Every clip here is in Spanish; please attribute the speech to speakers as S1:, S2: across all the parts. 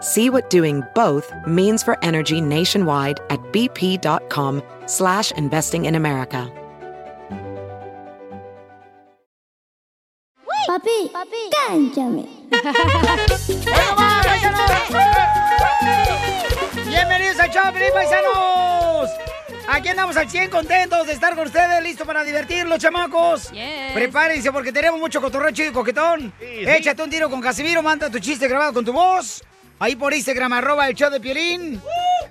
S1: See what doing both means for energy nationwide at bp.com slash investing in America.
S2: Papi, papi, cánchame.
S3: Bienvenidos a Choplin, paisanos. Aquí andamos al 100 contentos de estar con ustedes, listos para divertirlos, chamacos. Prepárense porque tenemos mucho cotorreo chido y coquetón. Échate un tiro con Casimiro, manda tu chiste grabado con tu voz. Ahí por Instagram, arroba el show de Piolín.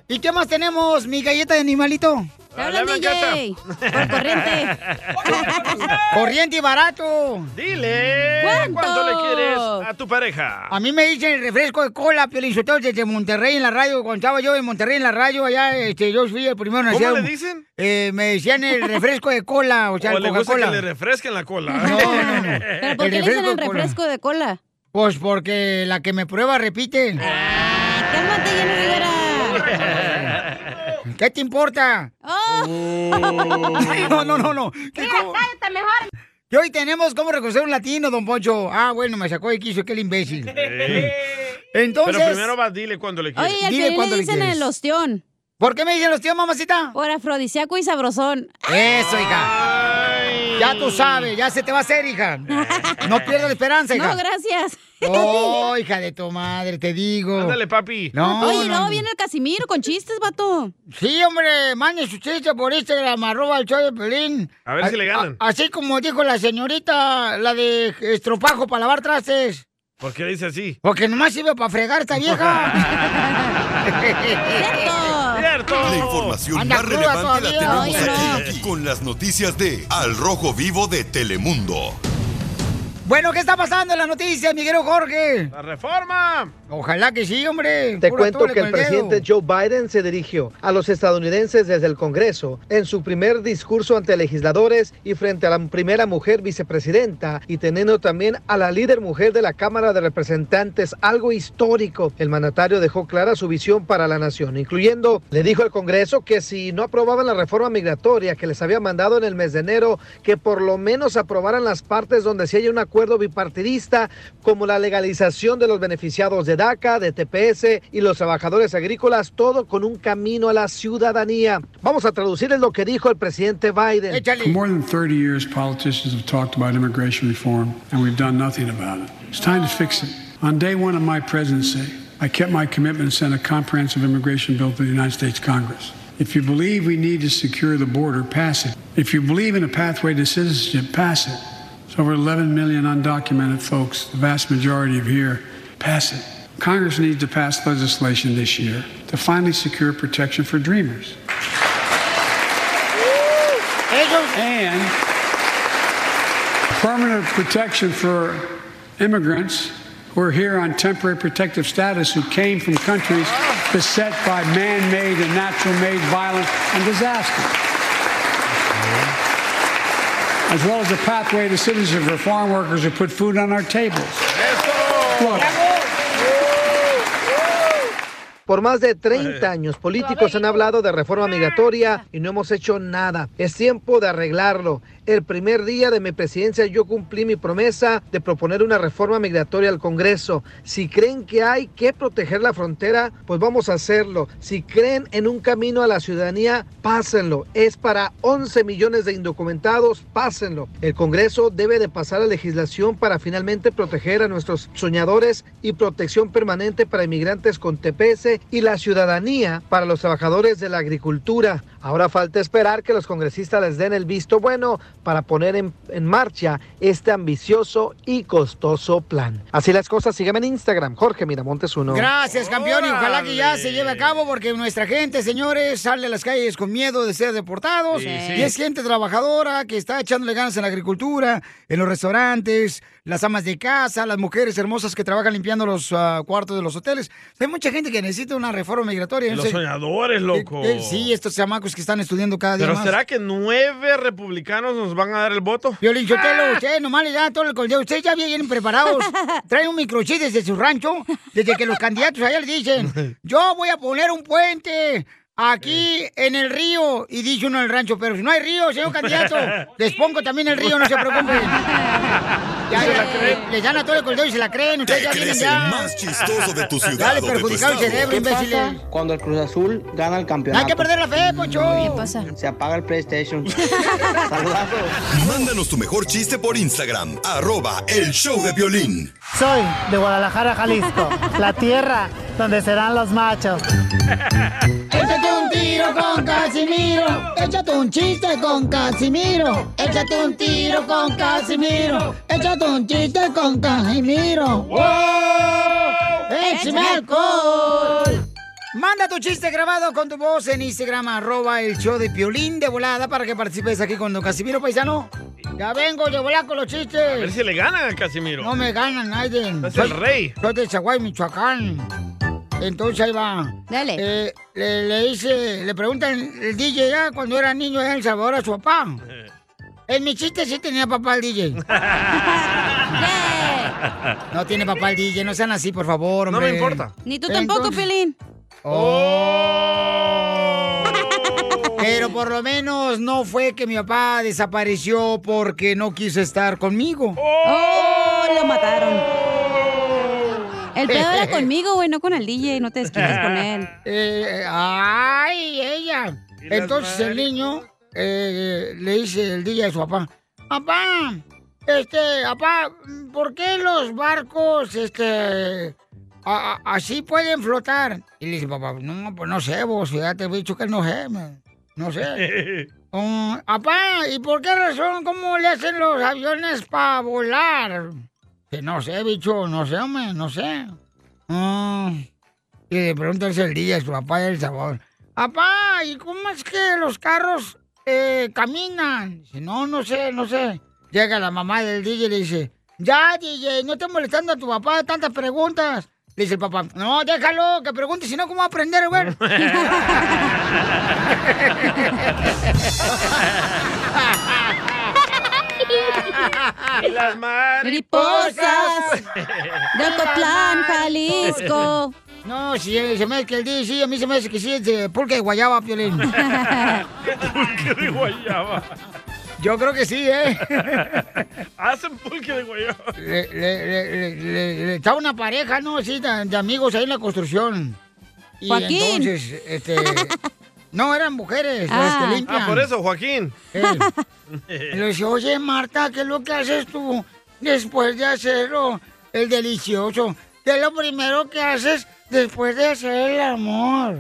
S3: ¿Y qué más tenemos, mi galleta de animalito?
S4: Te hablan, Dale, DJ. Por corriente.
S3: Corriente y barato.
S5: Dile
S4: ¿Cuánto?
S5: cuánto le quieres a tu pareja.
S3: A mí me dicen el refresco de cola, Piolín Sotelo, desde Monterrey en la radio. Cuando estaba yo en Monterrey en la radio, allá este, yo fui el primero en
S5: ¿Cómo
S3: hacer
S5: le
S3: un-
S5: dicen?
S3: Eh, me decían el refresco de cola, o sea,
S5: o
S3: el
S5: le gusta que le Eh.
S3: Coca-Cola.
S5: refresquen la cola.
S3: No, no, no.
S4: ¿Pero por qué le dicen el
S3: de cola.
S4: refresco de cola? Ah.
S3: Pues porque la que me prueba repite.
S4: ¡Cálmate, Jenny Rivera!
S3: ¿Qué te importa?
S4: ¡Oh!
S3: Ay, no, no, no, no. ¿Qué cómo? Y hoy tenemos cómo reconocer un latino, don Poncho. Ah, bueno, me sacó de quiso, aquel imbécil.
S5: Sí.
S3: Entonces,
S5: Pero primero va, dile cuándo le quieres.
S4: Oye, al
S3: Dile
S4: Piolín
S3: cuándo
S4: le
S3: le
S4: dicen
S3: quieres.
S4: el ostión.
S3: ¿por qué me dicen los tíos, mamacita?
S4: Por afrodisíaco y sabrosón.
S3: Eso, hija.
S5: Ay.
S3: Ya tú sabes, ya se te va a hacer, hija. Eh, No pierdas la esperanza, hija.
S4: No, gracias.
S3: Oh, hija de tu madre, te digo.
S5: Ándale, papi.
S3: No,
S4: Oye,
S3: no,
S4: luego
S3: no.
S4: viene el Casimiro con chistes, vato.
S3: Sí, hombre, mande su chiste por Instagram, arroba el show de Pelín.
S5: A ver si le ganan.
S3: a- así como dijo la señorita, la de estropajo para lavar trastes.
S5: ¿Por qué dice así?
S3: Porque nomás sirve para fregar esta vieja.
S5: ¡Cierto!
S6: La información
S3: Anda
S6: más
S3: cruda
S6: relevante
S3: todavía.
S6: la tenemos
S4: Ay, no.
S6: aquí, aquí, con las noticias de Al Rojo Vivo de Telemundo.
S3: bueno, ¿qué está pasando en las noticias, mi querido Jorge?
S5: ¡La reforma!
S3: Ojalá que sí, hombre.
S7: Te
S3: Puro
S7: cuento
S3: atole
S7: que
S3: con
S7: el
S3: dedo.
S7: presidente Joe Biden se dirigió a los estadounidenses desde el Congreso en su primer discurso ante legisladores y frente a la primera mujer vicepresidenta y teniendo también a la líder mujer de la Cámara de Representantes, algo histórico. El mandatario dejó clara su visión para la nación, incluyendo le dijo al Congreso que si no aprobaban la reforma migratoria que les había mandado en el mes de enero, que por lo menos aprobaran las partes donde sí haya un acuerdo bipartidista como la legalización de los beneficiados de DACA, de TPS y los trabajadores agrícolas, todo con un camino a la ciudadanía. Vamos a traducirles lo que dijo el presidente Biden.
S8: For
S3: Échale.
S8: more than 30 years, politicians have talked about immigration reform, and we've done nothing about it. It's time to fix it. On day one of my presidency, I kept my commitment and sent a comprehensive immigration bill to the United States Congress. If you believe we need to secure the border, pass it. If you believe in a pathway to citizenship, pass it. There's over 11 million undocumented folks, the vast majority of here. Pass it. Congress needs to pass legislation this year to finally secure protection for dreamers.
S3: Eh,
S8: and permanent protection for immigrants who are here on temporary protective status who came from countries beset by man-made and natural-made violence and disaster. As well as a pathway to citizenship for foreign workers who put food on our tables. Look,
S7: Por más de 30 años, políticos han hablado de reforma migratoria y no hemos hecho nada. Es tiempo de arreglarlo. El primer día de mi presidencia yo cumplí mi promesa de proponer una reforma migratoria al Congreso. Si creen que hay que proteger la frontera, pues vamos a hacerlo. Si creen en un camino a la ciudadanía, pásenlo. Es para 11 millones de indocumentados, pásenlo. El Congreso debe de pasar la legislación para finalmente proteger a nuestros soñadores y protección permanente para inmigrantes con TPS y la ciudadanía para los trabajadores de la agricultura. Ahora falta esperar que los congresistas les den el visto bueno para poner en, en marcha este ambicioso y costoso plan. Así las cosas, sígueme en Instagram, Jorge Miramontes uno.
S3: Gracias, campeón, y ojalá que ya se lleve a cabo porque nuestra gente, señores, sale a las calles con miedo de ser deportados.
S9: Sí, sí.
S3: Y es gente trabajadora que está echándole ganas en la agricultura, en los restaurantes, las amas de casa, las mujeres hermosas que trabajan limpiando los ah, cuartos de los hoteles. Hay mucha gente que necesita una reforma migratoria.
S5: Los soñadores, loco.
S3: Eh, eh, sí, estos chamacos que están estudiando cada día
S5: Pero
S3: más.
S5: ¿será que nueve republicanos nos van a dar el voto? Ah.
S3: Violín, yo te lo, ustedes nomás le dan todo el coldeo. Ustedes ya vienen preparados. Traen un microchip desde su rancho, desde que los candidatos allá les dicen, yo voy a poner un puente aquí en el río. Y dice uno en el rancho, pero si no hay río, señor candidato, les pongo también el río, no se preocupen. Ya, ya, les dan a todo el coldeo y se la creen. Ustedes ya vienen
S6: crees
S3: ya.
S6: el más chistoso de tu
S3: Ya
S6: ciudad
S3: le
S6: o de tu
S3: perjudicado el
S6: estado?
S3: cerebro, imbéciles.
S10: Cuando el Cruz Azul gana el campeonato.
S3: Hay que perder la fe, Poncho. ¿Qué pasa?
S10: Se apaga el PlayStation.
S6: Mándanos tu mejor chiste por Instagram, arroba el show de violín.
S11: Soy de Guadalajara, Jalisco, la tierra donde serán los machos.
S3: Échate un tiro con Casimiro. Échate un chiste con Casimiro. Échate un tiro con Casimiro. Échate un chiste con Casimiro. ¡Wow! ¡Échame alcohol! Manda tu chiste grabado con tu voz en Instagram, arroba el show de Piolín de volada para que participes aquí con Don Casimiro Paisano. Ya vengo de volada con los chistes.
S5: A ver si le ganan a Casimiro.
S3: No me ganan, Aiden.
S5: Es el
S3: Soy-
S5: rey.
S3: Soy de Chaguay, Michoacán. Entonces ahí va. Dale. le, le dice, le preguntan el DJ ya cuando era niño allá en El Salvador a su papá.
S5: Eh.
S3: En mi chiste sí tenía papá el DJ. no tiene papá el DJ, no sean así, por favor,
S5: No me
S3: hombre.
S5: importa.
S12: Ni tú tampoco, Pelín.
S3: Oh.
S5: Oh.
S3: Pero por lo menos no fue que mi papá desapareció porque no quiso estar conmigo.
S12: ¡Oh! Lo mataron. El pedo era conmigo, güey, no con el DJ, no te desquites con él.
S3: Eh, ay, ella.
S12: Y las
S3: Entonces el
S12: madres.
S3: niño eh, le dice el día a su papá, papá, este, papá, ¿por qué los barcos, este, a- a- así pueden flotar? Y le dice, papá, no, pues no sé, vos, fíjate, bicho, que no sé, man, no sé. Um, papá, ¿y por qué razón, cómo le hacen los aviones para volar? Que no sé, bicho, no sé, hombre, no sé. Ah, y le pregunta el día a su papá del sabor. Papá, ¿y cómo es que los carros eh, caminan? Dice, no, no sé, no sé. Llega la mamá del DJ y le dice, ya, DJ, no estés molestando a tu papá de tantas preguntas. Le dice el papá, no, déjalo, que pregunte, si no, ¿cómo va a aprender, güey?
S5: Y las
S12: mariposas de Ocotlán, Jalisco.
S3: No, si se me hace que el DJ, sí, a mí se me hace que sí, es de pulque de guayaba, Piolín.
S5: Pulque de guayaba.
S3: Yo creo que sí, ¿eh?
S5: Hacen pulque de guayaba.
S3: le, le- le- le- le- le- estaba una pareja, ¿no? Sí, de, de amigos ahí en la construcción. Y
S5: Joaquín.
S3: entonces, este. No, eran mujeres las que limpian.
S5: Ah, por eso, Joaquín.
S3: Y Le dice, oye, Marta, ¿qué es lo que haces tú después de hacerlo? El delicioso. ¿Qué es lo primero que haces después de hacer el amor?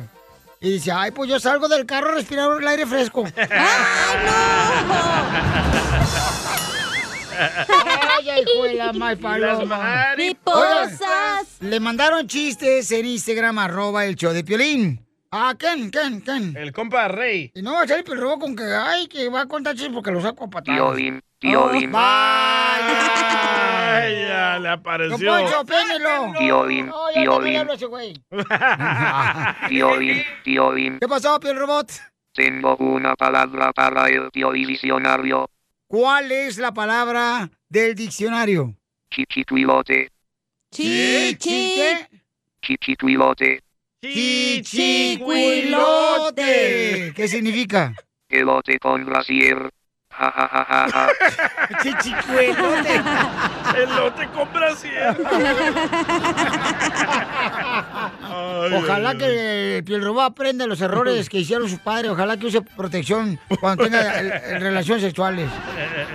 S3: Y dice, ay, pues yo salgo del carro a respirar el aire fresco. ¡Ay, ay, hijo de la mal paloma!
S12: mariposas.
S3: Oigan, Le mandaron chistes en Instagram, arroba el show de Piolín. Ah, ¿quién, quién, quién? El compa Rey. Y no va a salir el robo con que, ay, que va a contar chistes porque lo saco a patadas.
S9: Piolín, Piolín.
S3: Oh, vaya.
S5: Vaya, le
S3: Don
S5: apareció.
S3: Poncho, pénelo.
S9: Piolín,
S3: No, ya no
S9: Piolín.
S3: le hablo a ese güey.
S9: Piolín, Piolín.
S3: ¿Qué pasó, Piel Robot?
S9: Tengo una palabra para el Piolidiccionario.
S3: ¿Cuál es la palabra del diccionario?
S9: Chichicuilote,
S3: Chichique.
S9: chichicuilote,
S3: Chichicuilote. ¿Qué significa?
S9: elote con brasier. Ja, ja, ja, ja, ja.
S3: Chichicuilote.
S5: Elote con brasier.
S3: Ojalá que el piel robot aprenda los errores que hicieron sus padres. Ojalá que use protección cuando tenga eh, relaciones sexuales.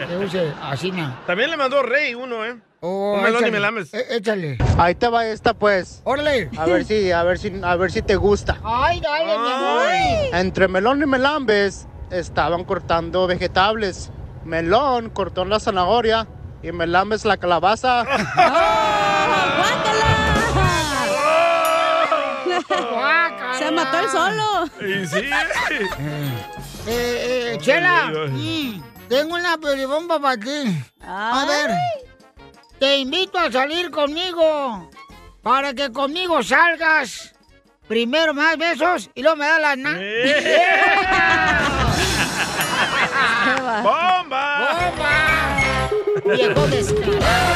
S3: Que use así, ¿no?
S5: También le mandó Rey uno, ¿eh?
S13: Oh,
S5: Un melón y
S13: échale.
S5: me lames.
S13: Eh, échale.
S14: Ahí te va esta, pues.
S13: Órale.
S14: A ver si, a ver si, a ver si te gusta.
S13: Ay, dale, mi amor.
S14: Entre melón y melambes estaban cortando vegetables. Melón cortó la zanahoria y melambes la calabaza.
S15: Se mató el solo.
S5: Y sí.
S3: Eh, eh, Chela,
S5: Ay,
S3: mm,
S5: ay.
S3: tengo una pelibomba para ti. A ver, te invito a salir conmigo para que conmigo salgas. Primero más besos y luego me da la na...
S5: ¡Bomba!
S3: ¡Bomba! Viejo descarado.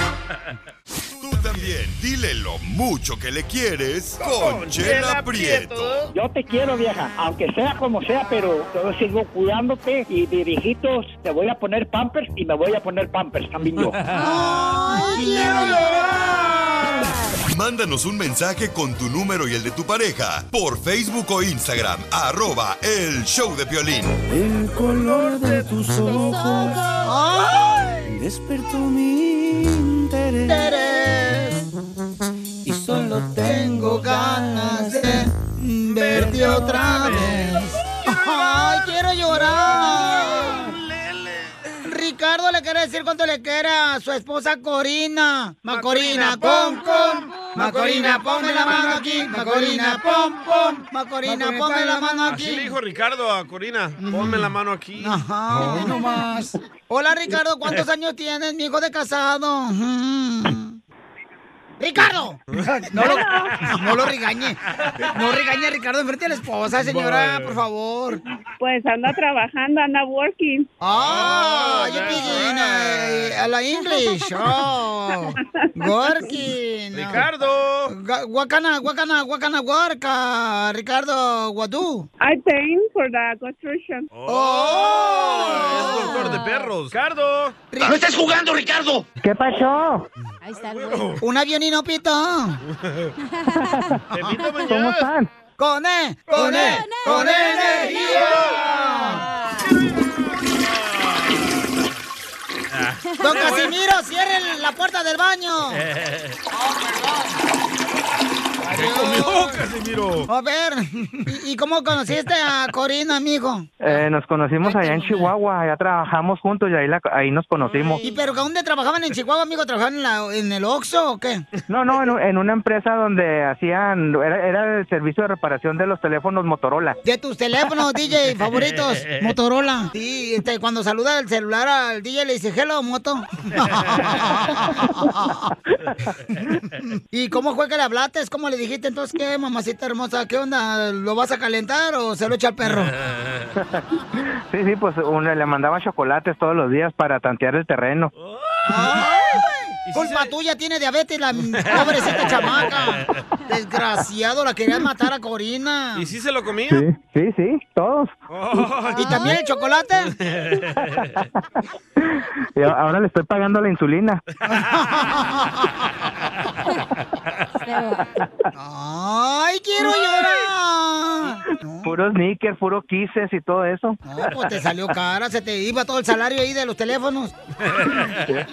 S6: Tú también, dile lo mucho que le quieres con Chela Prieto.
S16: Yo te quiero, vieja, aunque sea como sea, pero yo sigo cuidándote y de viejitos te voy a poner pampers y me voy a poner pampers también yo.
S6: Mándanos un mensaje con tu número y el de tu pareja por Facebook o Instagram, arroba el show de violín.
S4: El color de tus ojos despertó mi interés. Y solo tengo ganas de verte otra vez.
S3: ¡Ay, quiero llorar! Ricardo le quiere decir cuánto le queda a su esposa Corina. Macorina, pom, pom. Macorina, ponme la mano aquí. Macorina, pom, pom. Macorina, ponme la mano
S5: Así le
S3: aquí.
S5: dijo Ricardo a Corina, ponme la mano aquí.
S3: Ajá, no más. Hola, Ricardo, ¿cuántos años tienes, mi hijo de casado? Mm. ¡Ricardo!
S13: No lo, no lo regañe. No regañe a Ricardo enfrente de la esposa, señora, por favor.
S17: Pues anda trabajando, anda working.
S3: ¡Ah! yo eh. a la English. Oh, working.
S5: Ricardo.
S3: Guacana, guacana, guacana, guarca. Ricardo, what do? Oh,
S17: I paying for the construction.
S5: ¡Oh! Es doctor de perros. ¡Ricardo!
S3: ¡No estás jugando, Ricardo!
S5: ¿Qué pasó?
S3: Ahí está el Un avión y no pito.
S5: ¿Cómo
S3: están? Con E, con E, con energía. Don Casimiro, cierren la puerta del baño.
S5: ¡Se comió, Casimiro!
S3: A ver, ¿y, y cómo conociste a Corina, amigo?
S18: Eh, nos conocimos allá en Chihuahua, allá trabajamos juntos y ahí, la- ahí nos conocimos.
S3: ¿Y pero dónde trabajaban en Chihuahua, amigo? ¿Trabajaban en, la- en el Oxxo o qué?
S18: No, no, en, u- en una empresa donde hacían, era, era el servicio de reparación de los teléfonos Motorola.
S3: De tus teléfonos, DJ, favoritos, Motorola. Sí, este, cuando saluda el celular al DJ le dice, hello, moto. ¿Y cómo fue que le hablaste? ¿Cómo le dijiste entonces qué, mamacita hermosa? ¿Qué onda? ¿Lo vas a calentar o se lo echa al perro?
S18: Sí, sí, pues un- le mandaba chocolates todos los días para tantear el terreno.
S3: Culpa tuya, tiene diabetes la pobrecita chamaca. Desgraciado, la querían matar a Corina.
S5: ¿Y si se lo comía?
S18: Sí, sí, sí, todos.
S3: ¿Y también el chocolate?
S18: Y a- ahora le estoy pagando la insulina.
S3: ¡Ay, quiero llorar!
S18: Puro sneaker, puro kisses y todo eso.
S3: No, pues te salió cara, se te iba todo el salario ahí de los teléfonos.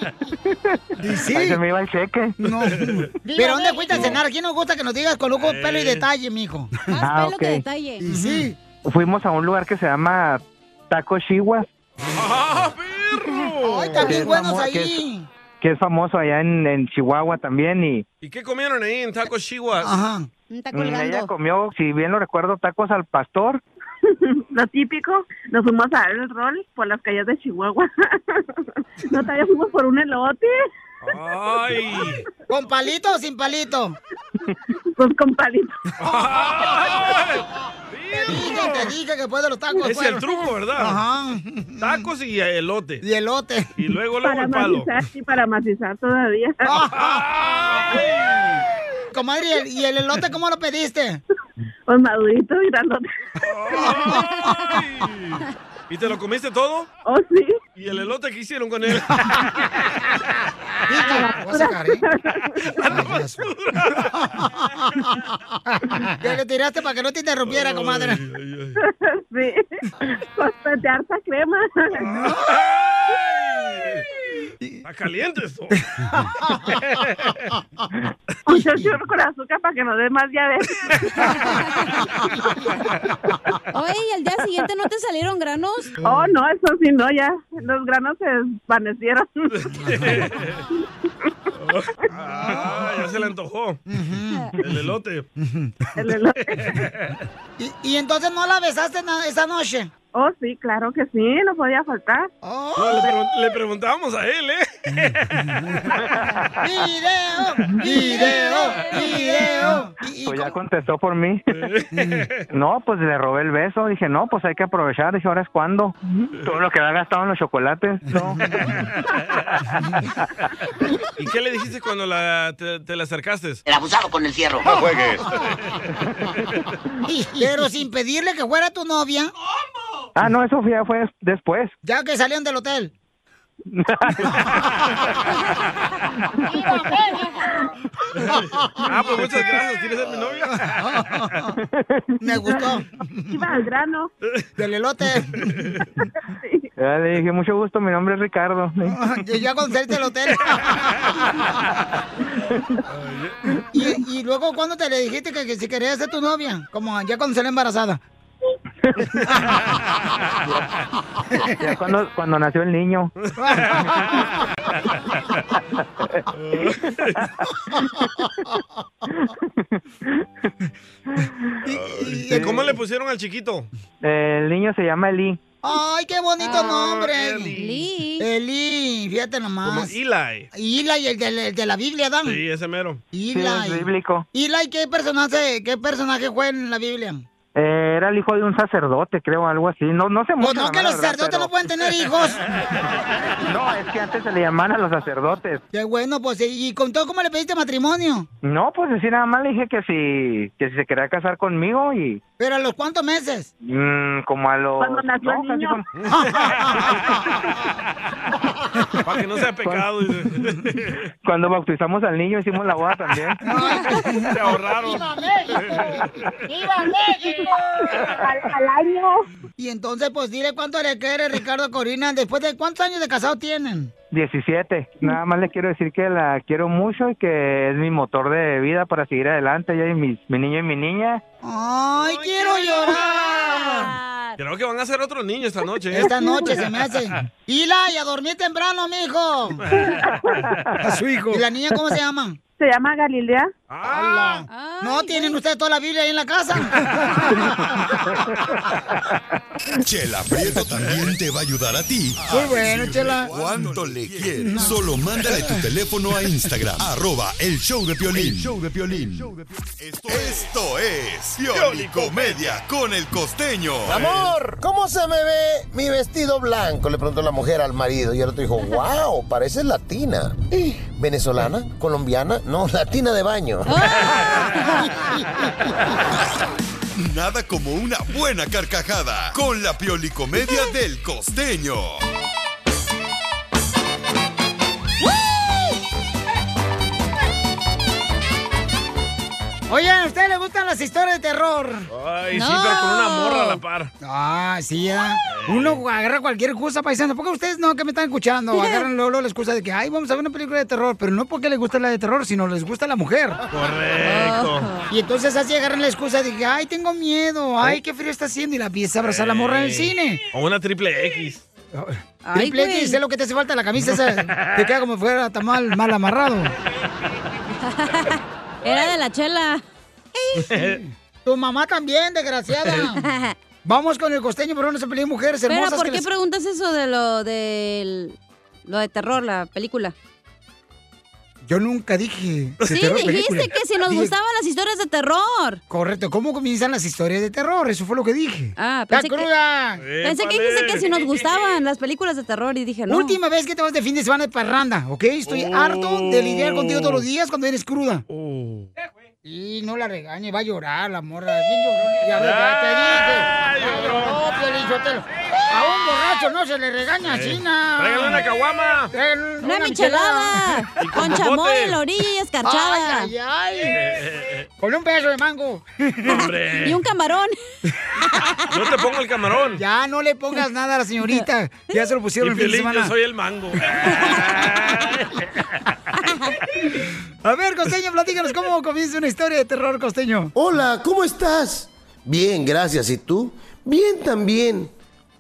S18: Ahí se me iba el cheque.
S3: No. ¿Pero dónde fuiste a cenar? ¿Quién nos gusta que nos digas con lujo,
S18: Eh.
S3: pelo y detalle, mijo?
S18: Ah, pelo que ok.
S3: detalle. Mm. Y sí.
S18: Fuimos a un lugar que se llama Taco Chihuahua.
S3: Ay, también
S18: Qué
S3: buenos
S18: mamón,
S3: ahí.
S18: que es famoso allá en, en Chihuahua también y
S5: ¿Y qué comieron ahí en Tacos Chihuas?
S3: Ajá.
S18: mm, ella comió, si bien lo recuerdo, tacos al pastor.
S19: Lo típico, nos fuimos a dar el rol por las calles de Chihuahua. no, todavía fuimos por un elote.
S5: ¡Ay!
S3: ¿Con palito o sin palito?
S19: Pues con palito.
S3: Dije, te dije que puede los tacos.
S5: Es el
S3: fueron.
S5: truco, ¿verdad?
S3: Ajá.
S5: Tacos y elote.
S3: Y elote.
S5: Y luego, luego
S19: Para
S5: el palo.
S19: macizar, sí, para macizar todavía.
S3: Comadre, ¿y el- ¿y el elote cómo lo pediste?
S19: Pues madurito y grandote.
S5: ¿Y te lo comiste todo?
S19: Oh, sí.
S5: ¿Y el elote que hicieron con él?
S3: Voy a sacar, ¿eh?
S5: Ah,
S3: Ya le tiraste para que no te interrumpiera, comadre.
S19: Sí. Pues de harta crema.
S5: Está caliente esto.
S19: Mucho churro con azúcar para que no dé más diabetes.
S12: Oye, ¿y al día siguiente no te salieron granos?
S19: Oh, no, eso sí, no, ya. Los granos se desvanecieron.
S5: Ah, ya se le antojó. El elote.
S3: ¿Y, y entonces no la besaste na- esa noche? Oh,
S19: Oh, sí, claro que sí, no podía faltar.
S5: No, le, pregun- le preguntábamos a él, ¿eh?
S3: ¡Video! ¡Video! ¡Video!
S18: Pues ya contestó por mí.
S3: Mm.
S18: no, pues le robé el beso. Dije, no, pues hay que aprovechar. Dije, ¿ahora es cuándo? Todo lo que había gastado en los chocolates. No.
S5: ¿Y qué le dijiste cuando la, te, te le acercaste?
S3: El abusado con el fierro.
S5: No juegues.
S3: Pero sin pedirle que fuera tu novia,
S18: Ah, no, eso ya fue después.
S3: ya que salieron del hotel.
S5: Ah, pues muchas gracias. ¿Quieres ser mi novia?
S3: Me gustó.
S19: Iba al grano.
S3: Del elote.
S18: Ya le dije, mucho gusto, mi nombre es Ricardo.
S3: Y ya cuando saliste del hotel. y, y luego, ¿cuándo te le dijiste que, que si querías ser tu novia? Como ya cuando salió embarazada.
S18: Ya cuando, cuando nació el niño.
S5: ¿Y
S3: eh,
S5: cómo le pusieron al chiquito?
S18: El niño se llama Eli.
S3: ¡Ay, qué bonito nombre! Eli. Eli, fíjate
S5: Como
S3: nomás.
S5: Eli.
S3: Eli, el de, la- el de la Biblia, Dan.
S5: Sí, ese mero.
S3: Eli.
S18: bíblico.
S3: Eli, ¿qué personaje, ¿qué personaje fue en la Biblia?
S18: Eh, era el hijo de un sacerdote, creo, algo así. No, no sé mucho.
S3: Pues No,
S18: la
S3: que
S18: mera
S3: los
S18: verdad,
S3: sacerdotes
S18: pero
S3: no pueden tener hijos.
S18: No, es que antes se le llamaban a los sacerdotes.
S3: Qué bueno, pues, ¿y con todo cómo le pediste matrimonio?
S18: No, pues así nada más le dije que si, que si se quería casar conmigo y
S3: ¿Pero a los cuántos meses?
S18: mm, como a los...
S3: Cuando nació el
S18: no, casi
S3: niño.
S5: Para que no sea pecado.
S18: como- Cuando bautizamos al niño hicimos la boda también.
S5: Se ahorraron.
S3: ¡Viva México! Al, año. Y entonces, pues, dile cuánto le quieres, Ricardo Corina. Después de cuántos años de casado tienen.
S18: 17. Nada más le quiero decir que la quiero mucho y que es mi motor de vida para seguir adelante, ella y mi, mi niño y mi niña.
S3: ¡Ay, quiero llorar!
S5: Creo que van a ser otro niño esta noche. ¿eh?
S3: Esta noche se me hace. Hila, y a dormir temprano, mijo.
S5: A su hijo.
S3: ¿Y la niña cómo se llama?
S19: Se llama Galilea.
S3: Ala. No tienen ustedes toda la Biblia ahí en la casa.
S6: Chela Prieto también te va a ayudar a ti. a
S3: Muy bueno,
S6: decirle
S3: Chela.
S6: ¿Cuánto le quieres? Solo mándale tu teléfono a Instagram. arroba el show de Piolín. show de Esto es Pioli Comedia con el costeño.
S14: Amor, ¿cómo se me ve mi vestido blanco? Le preguntó la mujer al marido y el otro dijo, wow, pareces latina. ¿Venezolana? ¿Colombiana? No, latina de baño.
S6: Nada como una buena carcajada con la Pioli Comedia del costeño.
S3: Oigan, ¿a ustedes les gustan las historias de terror?
S5: Ay, sí, pero con una morra a la par.
S3: Ah, sí, ya. Uno agarra cualquier excusa, paisano. ¿Por qué ustedes no que me están escuchando? Agarran luego, luego la excusa de que, ay, vamos a ver una película de terror. Pero no porque les gusta la de terror, sino les gusta la mujer.
S5: Correcto.
S3: Y entonces así agarran la excusa de que, ay, tengo miedo, ay, qué frío está haciendo. Y la empieza a abrazar la morra en el
S5: Ey.
S3: cine.
S5: O una triple X.
S3: Triple
S5: güey.
S3: X, sé lo que te hace falta la camisa esa. Te queda como fuera tan mal, mal amarrado.
S12: Era de la chela.
S3: Tu mamá también, desgraciada. Vamos con el costeño, pero no se peleen mujeres
S12: Pero,
S3: hermosas.
S12: ¿por
S3: que
S12: qué
S3: les-
S12: preguntas eso de lo del... Lo de terror, la película.
S3: Yo nunca dije.
S12: Sí, dijiste que si nos gustaban las historias de terror.
S3: Correcto, ¿cómo comienzan las historias de terror? Eso fue lo que dije.
S12: Ah,
S3: ¡Está
S12: pensé que,
S3: cruda!
S12: pensé que dijiste que si nos gustaban las películas de terror y dije no.
S3: Última vez que te vas de fin de semana de parranda, ¿ok? Estoy harto de
S12: Oh.
S3: lidiar contigo todos los días cuando eres cruda. Y no la regañe, va a llorar la morra. Bien llorona. Ya, ya te dije. Ya lloró, Piolín Sotelo. A un borracho no se le regaña así, na.
S5: Tráigale una caguama.
S3: Tráigale
S12: Una michelada.
S3: Y con
S12: Con chamoy
S3: popote.
S12: en la orilla y escarchada.
S3: Ay, ay, ay. Con un pedazo de mango.
S5: Hombre. Y un
S12: camarón.
S5: Yo te pongo el camarón.
S3: Ya, Ah, no le pongas nada a la señorita. Ya se lo pusieron el
S5: Y
S3: fin de
S5: Piolín, yo
S3: semana.
S5: soy el mango.
S3: A ver, Costeño, platícanos cómo comienza una historia de terror, Costeño.
S14: Hola, ¿cómo estás? Bien, gracias. ¿Y tú? Bien también.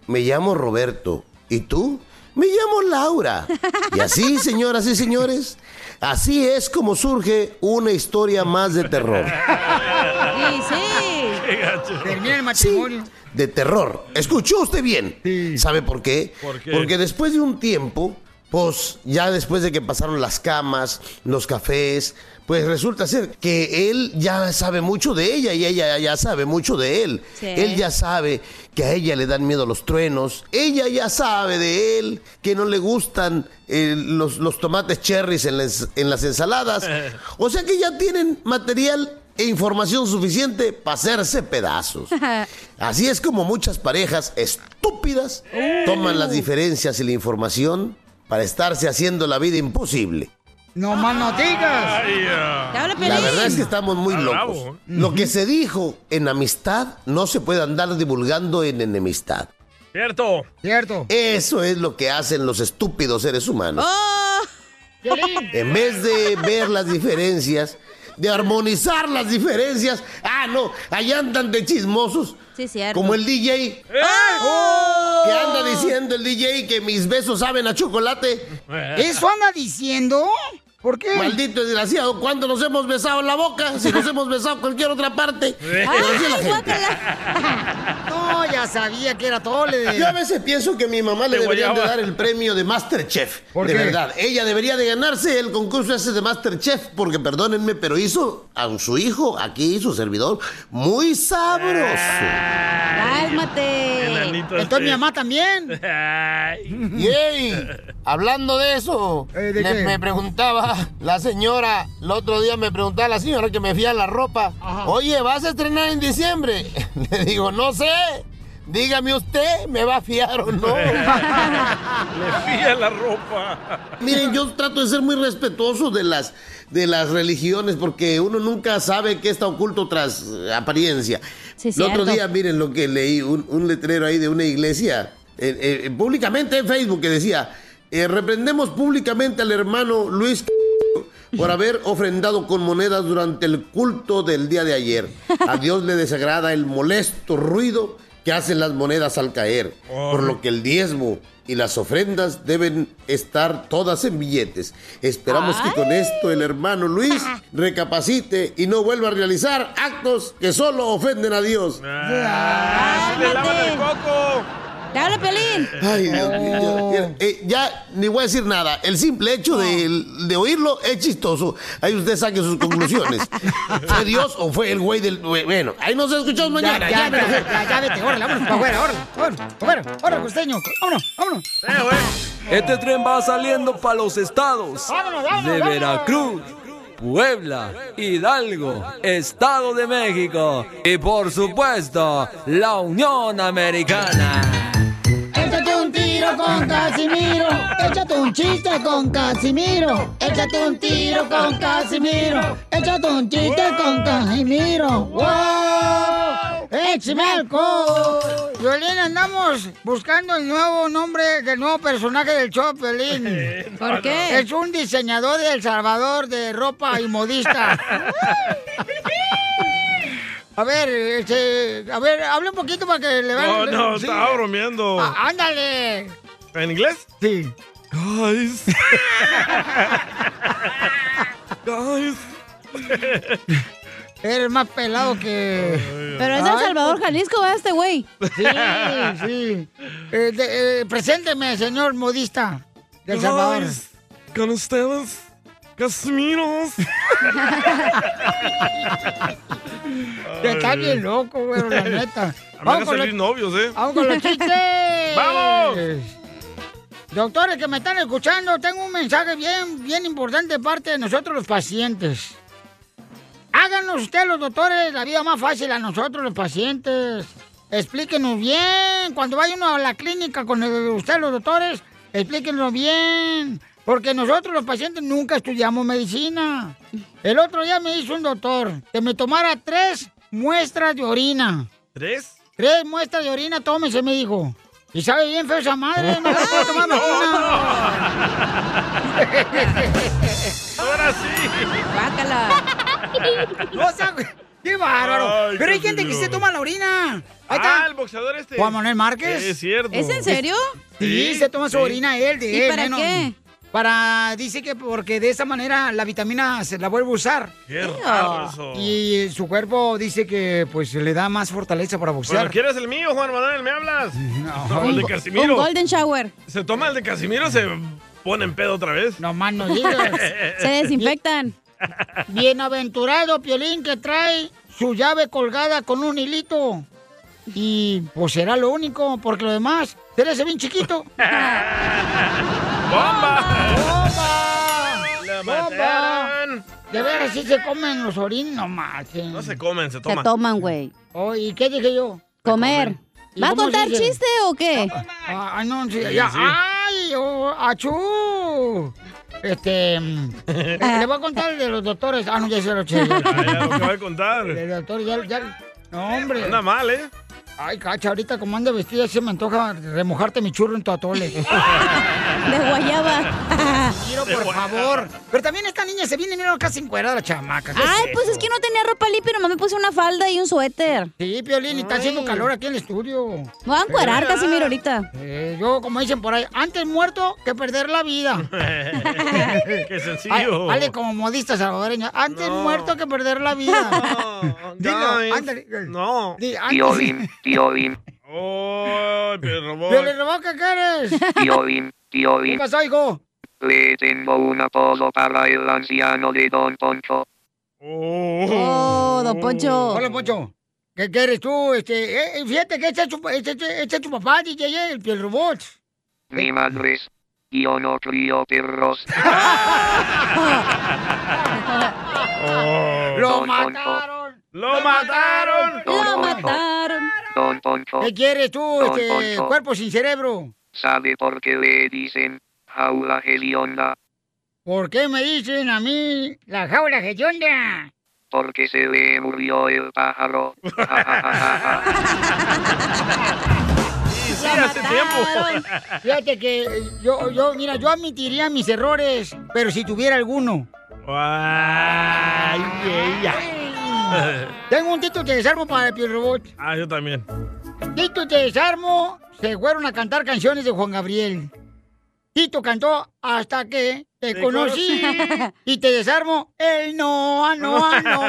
S14: Me llamo Roberto. ¿Y tú? Me llamo Laura. Y así, señoras y señores, así es como surge una historia más de terror.
S12: Sí, sí.
S3: Termina el matrimonio.
S14: de terror. ¿Escuchó usted bien? ¿Sabe por qué?
S4: ¿Por qué?
S14: Porque después de un tiempo, pues ya después de que pasaron las camas, los cafés, pues resulta ser que él ya sabe mucho de ella y ella ya sabe mucho de él.
S4: Sí.
S14: Él ya sabe que a ella le dan miedo los truenos, ella ya sabe de él que no le gustan eh, los, los tomates cherries en las, en las ensaladas. O sea que ya tienen material e información suficiente para hacerse pedazos. Así es como muchas parejas estúpidas toman las diferencias y la información para estarse haciendo la vida imposible.
S3: No más no digas.
S14: La verdad es que estamos muy locos. Lo que se dijo en amistad no se puede andar divulgando en enemistad.
S5: Cierto.
S3: Cierto.
S14: Eso es lo que hacen los estúpidos seres
S4: Oh.
S14: humanos.
S3: Piolín.
S14: En vez de ver las diferencias, de armonizar las diferencias, ah, no, allá andan de chismosos.
S12: Sí, cierto.
S14: Como el ¡Oh! DJ. ¡Eh! Que anda diciendo el DJ que mis besos saben a chocolate.
S3: ¿Eso anda diciendo? ¿Por qué?
S14: Maldito desgraciado, ¿cuándo nos hemos besado en la boca? Si nos hemos besado en cualquier otra parte. Pero así es la gente.
S3: No, ya sabía que era tole.
S14: Yo a veces pienso que mi mamá le
S3: Te
S14: deberían de
S3: guayaba.
S14: dar el premio de Masterchef.
S3: ¿Por
S14: de
S3: qué?
S14: verdad. Ella debería de ganarse el concurso ese de Masterchef, porque perdónenme, pero hizo a su hijo, aquí su servidor, muy sabroso.
S3: Ah.
S12: Cálmate.
S14: Enanito
S3: Entonces mi
S14: este.
S3: mamá también.
S14: Yey, hablando de eso,
S3: Eh, ¿de
S14: le-
S3: qué?
S14: me preguntaba la señora, el otro día me preguntaba la señora que me fía la ropa, oye, ¿vas a estrenar en diciembre? Le digo, no sé, dígame usted, ¿me va a fiar o no?
S5: Le fía la ropa.
S14: Miren, yo trato de ser muy respetuoso de las, de las religiones porque uno nunca sabe qué está oculto tras eh, apariencia. el otro
S4: cierto.
S14: día, miren lo que leí, un, un letrero ahí de una iglesia, eh, eh, públicamente en Facebook, que decía, eh, reprendemos públicamente al hermano Luis por haber ofrendado con monedas durante el culto del día de ayer. A Dios le desagrada el molesto ruido que hacen las monedas al caer, por lo que el diezmo y las ofrendas deben estar todas en billetes. Esperamos que con esto el hermano Luis recapacite y no vuelva a realizar actos que solo ofenden a Dios.
S5: Le lavan el coco.
S12: ¡Te habla Pelín!
S14: Ay, Dios mío. Mira, eh, ya ni voy a decir nada. El simple hecho de, de oírlo es chistoso. Ahí usted saque sus conclusiones. ¿Fue Dios o fue el güey del.? Bueno, ahí nos escuchamos mañana.
S3: Ya, ya,
S14: Ya,
S3: ya, ya, ya, vete, órale, vámonos para afuera, órale, órale, órale, órale, costeño, vámonos, vámonos.
S20: Este tren va saliendo para los estados
S3: Vámonos, vámonos,
S20: de
S3: vámonos.
S20: Veracruz, Puebla, Hidalgo, Estado de México y por supuesto la Unión Americana.
S21: Échate un tiro con Casimiro. Échate un chiste con Casimiro. Échate un tiro con Casimiro. Échate un chiste con Casimiro.
S3: ¡Wow! ¡Échame alcohol! ¡Eh, Violín, andamos buscando el nuevo nombre del nuevo personaje del show,
S5: Eh,
S3: Violín.
S4: ¿Por qué?
S3: Es un diseñador de El Salvador de ropa y modista. A ver, este, a ver, hable un poquito para que le
S5: No,
S3: vayan...
S5: no,
S3: Sí.
S5: estaba bromeando.
S3: Ah, ¡Ándale!
S5: ¿En inglés?
S3: Sí.
S5: Guys. Guys.
S3: Eres más pelado que...
S12: Pero es de El
S3: Ay,
S12: Salvador, Jalisco, ¿verdad, este güey?
S3: Sí, sí. Eh, de- eh, presénteme, señor modista del Salvador.
S5: Guys, Con ustedes, Casimiros.
S3: Ya está bien loco, güey, la neta.
S5: A
S3: Vamos
S5: menos
S3: con, los,
S5: salir novios, ¿eh?
S3: vamos con los chistes.
S5: ¡Vamos!
S3: Doctores que me están escuchando, tengo un mensaje bien, bien importante de parte de nosotros los pacientes. Háganos ustedes los doctores la vida más fácil a nosotros los pacientes. Explíquenos bien. Cuando vaya uno a la clínica con el- usted, los doctores, explíquenos bien. Porque nosotros los pacientes nunca estudiamos medicina. El otro día me hizo un doctor que me tomara tres muestras de orina.
S5: ¿Tres?
S3: Tres muestras de orina, tómese, me dijo. Y sabe bien feo esa madre, Eh, no se puede tomar vacuna.
S5: Ahora sí.
S3: Guácala. No sea, qué bárbaro.
S5: Ay,
S3: Pero hay gente que
S5: Casimiro.
S3: se toma la orina. Ahí
S5: Ah,
S3: está.
S5: el boxeador este.
S3: Juan Manuel Márquez.
S5: Es cierto.
S3: ¿Es en serio? Sí, se toma su
S5: sí.
S3: orina él. De
S12: ¿Y
S3: él,
S12: para
S3: neno.
S12: qué?
S3: Para, dice que porque de esa manera la vitamina se la vuelve a usar.
S5: Qué raro Ah, eso.
S3: Y su cuerpo dice que pues le da más fortaleza para boxear.
S5: Bueno, ¿quieres el mío, Juan Manuel? ¿Me hablas? No, el de Casimiro.
S12: Un golden shower.
S5: Se toma el de Casimiro, se pone en pedo otra vez.
S3: No más no digas.
S12: Se desinfectan.
S3: Bienaventurado Piolín que trae su llave colgada con un hilito. Y pues será lo único, porque lo demás, se le hace bien chiquito.
S5: ¡Bomba!
S3: ¡Bomba!
S5: mataron.
S3: De veras, sí se comen los orines, no marchen.
S5: No se comen, se
S12: Se
S5: toman.
S12: toman, güey.
S3: Oh, ¿y qué dije yo?
S12: Comer.
S3: ¿Y
S12: ¿Va a
S3: cómo
S12: contar
S3: se dice?
S12: chiste o qué?
S3: Ah, ay, no, sí,
S12: Sí,
S3: ya,
S12: sí.
S3: ¡Ay! oh, ¡Achú! Este. mm, le voy a contar el de los doctores. Ah, no, ya se lo eché. ya.
S5: Ya, lo que voy a contar.
S3: El doctor ya. ya- no, hombre.
S5: Anda mal, ¿eh?
S3: Ay, cacha, ahorita como anda vestida, se me antoja remojarte mi churro en tu atole.
S12: De guayaba.
S3: Tiro, por favor. Pero también esta niña se viene mirando casi encuerada la chamaca. ¿Qué
S12: Ay,
S3: es
S12: pues
S3: eso?
S12: es que no tenía ropa limpia, nomás me puse una falda y un suéter.
S3: Sí, Piolín, y está haciendo calor aquí en el estudio.
S12: Me voy a encuerar,
S3: Sí.
S12: Casimiro, ahorita.
S3: Eh, yo, como dicen por ahí, antes muerto que perder la vida.
S5: Qué sencillo.
S3: Ale, como modista salvadoreña, antes muerto que perder la vida. Dilo, ándale.
S5: No.
S9: Tío Bim, tío Bim,
S5: Ay, perro boy.
S3: Piolín Roboca, ¿qué eres?
S9: tío Bim, tío
S3: ¿Qué
S9: Bim.
S3: pasó, hijo?
S9: Le tengo un apodo para el anciano de Don Poncho.
S12: Oh, don Poncho.
S3: Hola, Poncho. ¿Qué qué eres tú? Este, eh, eh, fíjate que este es tu, este- este- este es tu papá, DJ, eh, el Piel Robot.
S9: Mi madre es. Yo no crío perros.
S3: Lo
S9: Don Poncho,
S3: mataron.
S5: Lo mataron.
S12: Lo mataron.
S9: Don Poncho.
S3: ¿Qué quieres tú,
S9: Don
S3: este,
S9: Poncho.
S3: cuerpo sin cerebro?
S9: ¿Sabe por qué le dicen jaula hedionda?
S3: ¿Por qué me dicen a mí la jaula hedionda?
S9: Porque se le murió el pájaro. Ja, ja, ja, ja, ja.
S5: Sí, hace
S3: mataron.
S5: tiempo.
S3: Fíjate que eh, yo, yo, mira, yo admitiría mis errores, pero si tuviera alguno.
S5: Ay, ella.
S3: Tengo un tito de desarmo para el Piel Robot.
S5: Ah, yo también.
S3: Tito te desarmo, se fueron a cantar canciones de Juan Gabriel. Tito cantó hasta que te,
S4: Te
S3: conocí.
S4: conocí.
S3: y te desarmo el no, ah, no, no,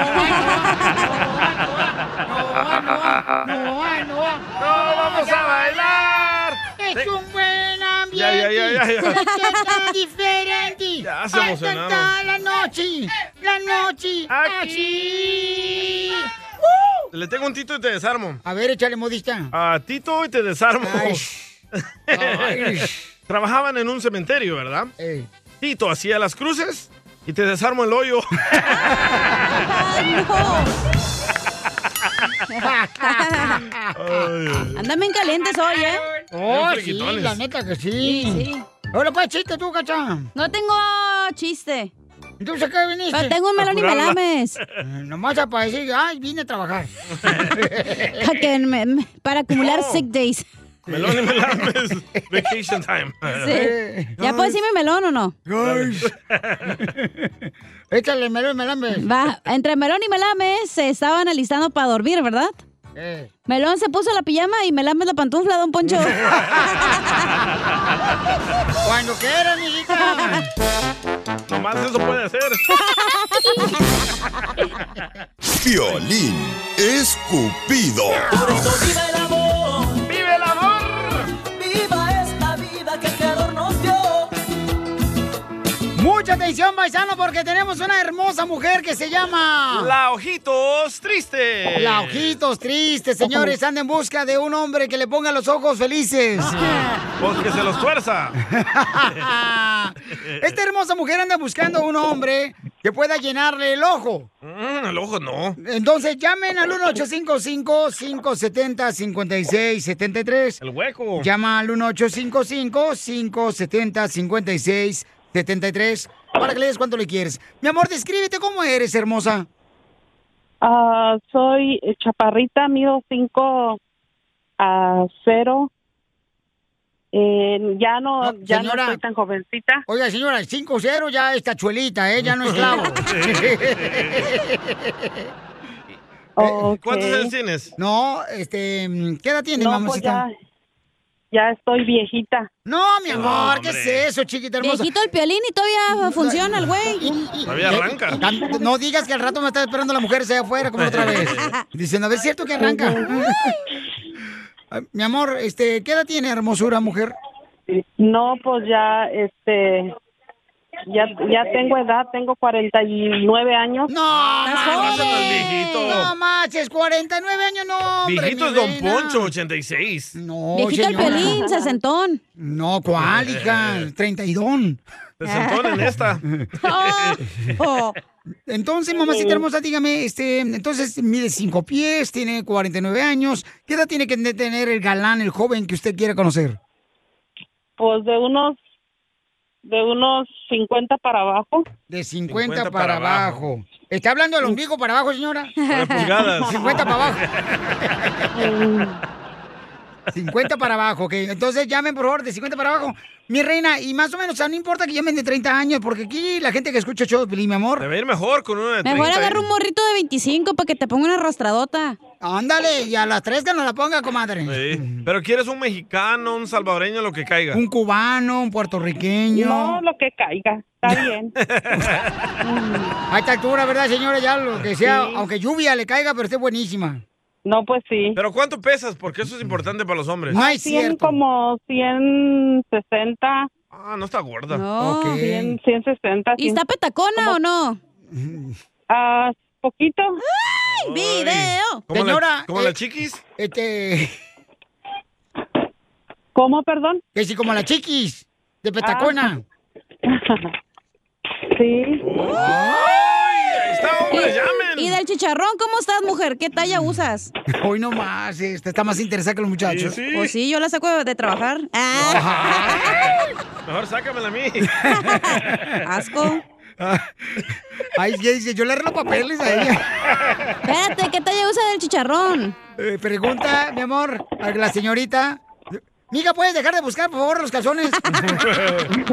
S3: ah, no,
S5: vamos a bailar.
S3: Es un buen ambiente.
S5: Ya, ya, ya, ya, ya.
S3: La cosa diferente.
S5: Ya se
S3: Ay,
S5: emocionaron.
S3: tanta la noche, la noche aquí.
S5: Le tengo un tito y te desarmo.
S3: A ver, échale modista.
S5: A tito y te desarmo.
S3: Ay.
S5: Trabajaban en un cementerio, ¿verdad?
S3: Ey.
S5: Tito hacía las cruces y te desarmo el hoyo.
S12: Andan bien calientes hoy, ¿eh?
S3: Oh,
S12: Bien
S3: sí,
S12: friquitones.
S3: la neta que sí.
S12: Sí, sí.
S3: Ahora, pues, chiste tú, cacha.
S12: No tengo chiste.
S3: Entonces, ¿qué viniste?
S12: Pero tengo un melón y melames.
S3: Eh, Nomás a para decir, ay, vine a trabajar.
S12: Para, que me- me- para acumular sick days.
S5: Melón y melames. Vacation time.
S12: Sí. ¿Ya puedo decirme melón o no?
S3: Échale melón y melames.
S12: Va, entre melón y melames se estaban alistando para dormir, ¿verdad?
S3: Eh.
S12: Melón se puso la pijama y melames la pantufla, don Poncho.
S3: Cuando quieras, mijita.
S5: Nomás eso puede hacer.
S6: Violín escupido.
S4: ¡Viva el amor! ¡Viva el amor! ¡Viva esta vida que el creador nos dio!
S3: Mucha atención, paisano, porque tenemos una hermosa mujer que se llama...
S5: La ojitos triste.
S3: La ojitos tristes, señores, anda en busca de un hombre que le ponga los ojos felices.
S5: Porque se los tuerza.
S3: Esta hermosa mujer anda buscando un hombre que pueda llenarle el ojo.
S5: Mm, el ojo no.
S3: Entonces llamen al 1855-570-5673.
S5: El hueco.
S3: Llama al 1855-570-5673 para que le des cuánto le quieres. Mi amor, descríbete cómo eres, hermosa.
S22: Ah, soy chaparrita, mido 5 a 0. Eh, ya no, ya no
S3: señora.
S22: soy tan jovencita.
S3: Oiga, señora, 5-0 ya es tachuelita, ¿eh? Ya no es clavo.
S22: Ok.
S5: Eh, ¿Cuántos años tienes?
S3: No, este, mm, ¿qué edad tienes,
S22: No, pues
S3: mamacita?
S22: ya- ya estoy viejita.
S3: No, mi
S22: No,
S3: amor, ¿qué
S22: hombre.
S3: es eso, chiquita hermosa?
S12: Viejito el piolín y todavía funciona el güey.
S5: Todavía arranca.
S3: Tanto- Eh, No digas que al rato me está esperando la mujer allá afuera como la otra vez. Diciendo, a ver, ¿cierto que arranca? Ay, Mi amor, este, ¿qué edad tiene hermosura, mujer?
S22: No, pues ya, este, ya, ya tengo edad, tengo 49 años.
S3: No,
S5: no seas viejito.
S3: No manches, 49 años, no, hombre.
S5: Viejito
S3: mi
S5: es Don
S3: reina.
S5: Poncho, 86.
S3: No,
S12: Viejito el
S3: señora.
S12: piolín, sesentón.
S3: No, ¿cuál, hija? 32.
S5: Pues Se sentó en esta.
S22: Oh,
S3: Entonces,
S5: Oh.
S3: mamacita hermosa, dígame, este, entonces mide cinco pies, tiene 49 años. ¿Qué edad tiene que tener el galán, el joven que usted quiere conocer?
S22: Pues de unos, de unos 50 para abajo.
S3: De 50, para, abajo. ¿Está hablando del ombligo para abajo, señora?
S22: pulgadas.
S3: 50 para abajo. 50 para abajo, ok. Entonces llamen, por favor, de 50 para abajo. Mi reina, y más o menos, o sea, no importa que llamen de 30 años, porque aquí la gente que escucha el show, de Piolín, mi amor.
S5: Te va a ir mejor con uno de 30.
S12: Mejor
S5: ¿eh?
S12: agarra un morrito de 25 para que te ponga una rastradota.
S3: Ándale, y a las tres que nos la ponga, comadre.
S5: Sí. Pero quieres un mexicano, un salvadoreño, lo que caiga.
S3: Un cubano, un puertorriqueño.
S5: No,
S3: lo que caiga, está bien. A esta altura, ¿verdad, señora? Ya lo que sea,
S5: Sí.
S3: aunque lluvia le caiga, pero esté buenísima.
S22: No, pues sí.
S5: Pero ¿cuánto pesas? Porque eso es importante para los hombres.
S22: Ay, cien, como 160.
S5: Ah, no está gorda.
S12: No. Ok.
S22: 100, 160.
S12: ¿Y está petacona o no?
S22: Ah, poquito.
S12: ¡Ay, video!
S5: ¿Cómo
S3: Señora,
S5: La, ¿Como
S3: eh,
S5: la chiquis?
S3: Este.
S22: ¿Cómo, perdón?
S3: Que si como la chiquis, de
S12: Ah,
S3: petacona.
S22: sí.
S12: ¿Y del chicharrón cómo estás, mujer? ¿Qué talla usas?
S3: Mm. Hoy no más, este, está más interesada que los muchachos.
S12: Pues sí, yo la saco de trabajar. Ah,
S5: Mejor sácamela a mí.
S12: asco.
S3: Ay, ya dice, yo le arreglo papeles a ella.
S12: Espérate, ¿qué talla usa del chicharrón?
S3: Eh, pregunta, mi amor, a la señorita. Miga, ¿puedes dejar de buscar, por favor, los calzones?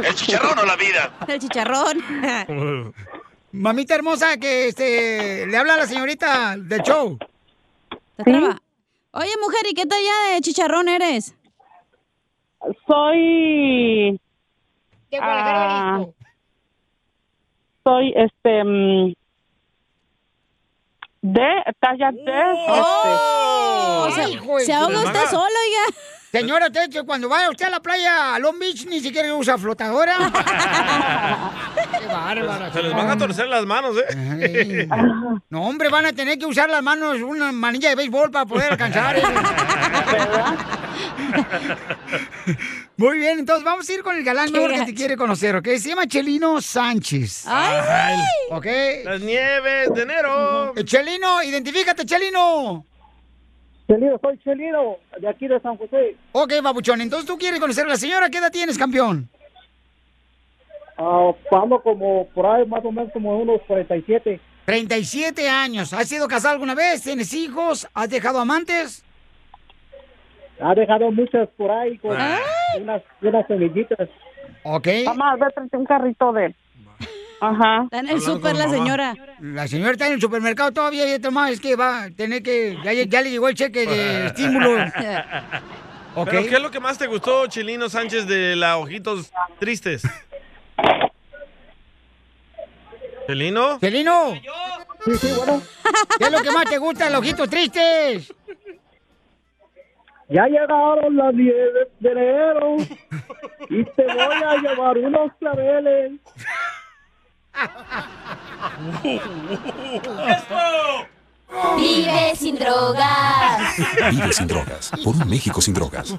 S4: ¿El chicharrón o la vida?
S3: El chicharrón. Mamita hermosa, que este, le habla a la señorita del show.
S12: Oye, mujer, ¿y qué talla de chicharrón eres?
S22: Soy. ah, soy este. mm, de talla D.
S3: ¡Oh!
S22: este.
S3: Ay, hijo de
S12: Este. se
S3: su-
S12: ahoga usted sola,
S3: oiga. Señora, usted que cuando vaya usted a la playa a Long Beach ni siquiera usa flotadora. Qué bárbara.
S5: Se les van a torcer las manos, ¿eh?
S3: No, hombre, van a tener que usar las manos, una manilla de béisbol para poder alcanzar. ¿eh? Muy bien, entonces vamos a ir con el galán
S5: Qué
S3: mejor que
S5: gacho.
S3: te quiere conocer, ¿ok? Se llama Chelino Sánchez.
S5: Ay, sí.
S3: ¿Ok?
S5: Las nieves de enero.
S3: Eh, Chelino, identifícate, Chelino.
S23: Chelino, soy Chelino, de aquí de San José.
S3: Ok, babuchón, entonces tú quieres conocer a la señora. ¿Qué edad tienes, campeón?
S23: Ah, ando como por ahí más o menos como unos 47.
S3: 37 años. ¿Has sido casada alguna vez? ¿Tienes hijos? ¿Has dejado amantes?
S23: Ha dejado muchas por ahí con
S3: Ah.
S23: unas, unas semillitas.
S3: Ok.
S22: Mamá, ve, tráete un carrito de. Ajá.
S12: Está en el súper la señora.
S3: La señora está en el supermercado todavía y esto más es que va a tener que... Ya, ya le llegó el cheque de estímulo. Ok.
S5: ¿Pero qué es lo que más te gustó, Chilino Sánchez, de la Ojitos Tristes? ¿Chilino?
S3: ¡Celino! ¿Qué es lo que más te gusta, los ojitos tristes?
S23: Ya llegaron las 10 de enero y te voy a llevar unos claveles.
S4: Vive sin drogas.
S24: Vive sin drogas. Por un México sin drogas.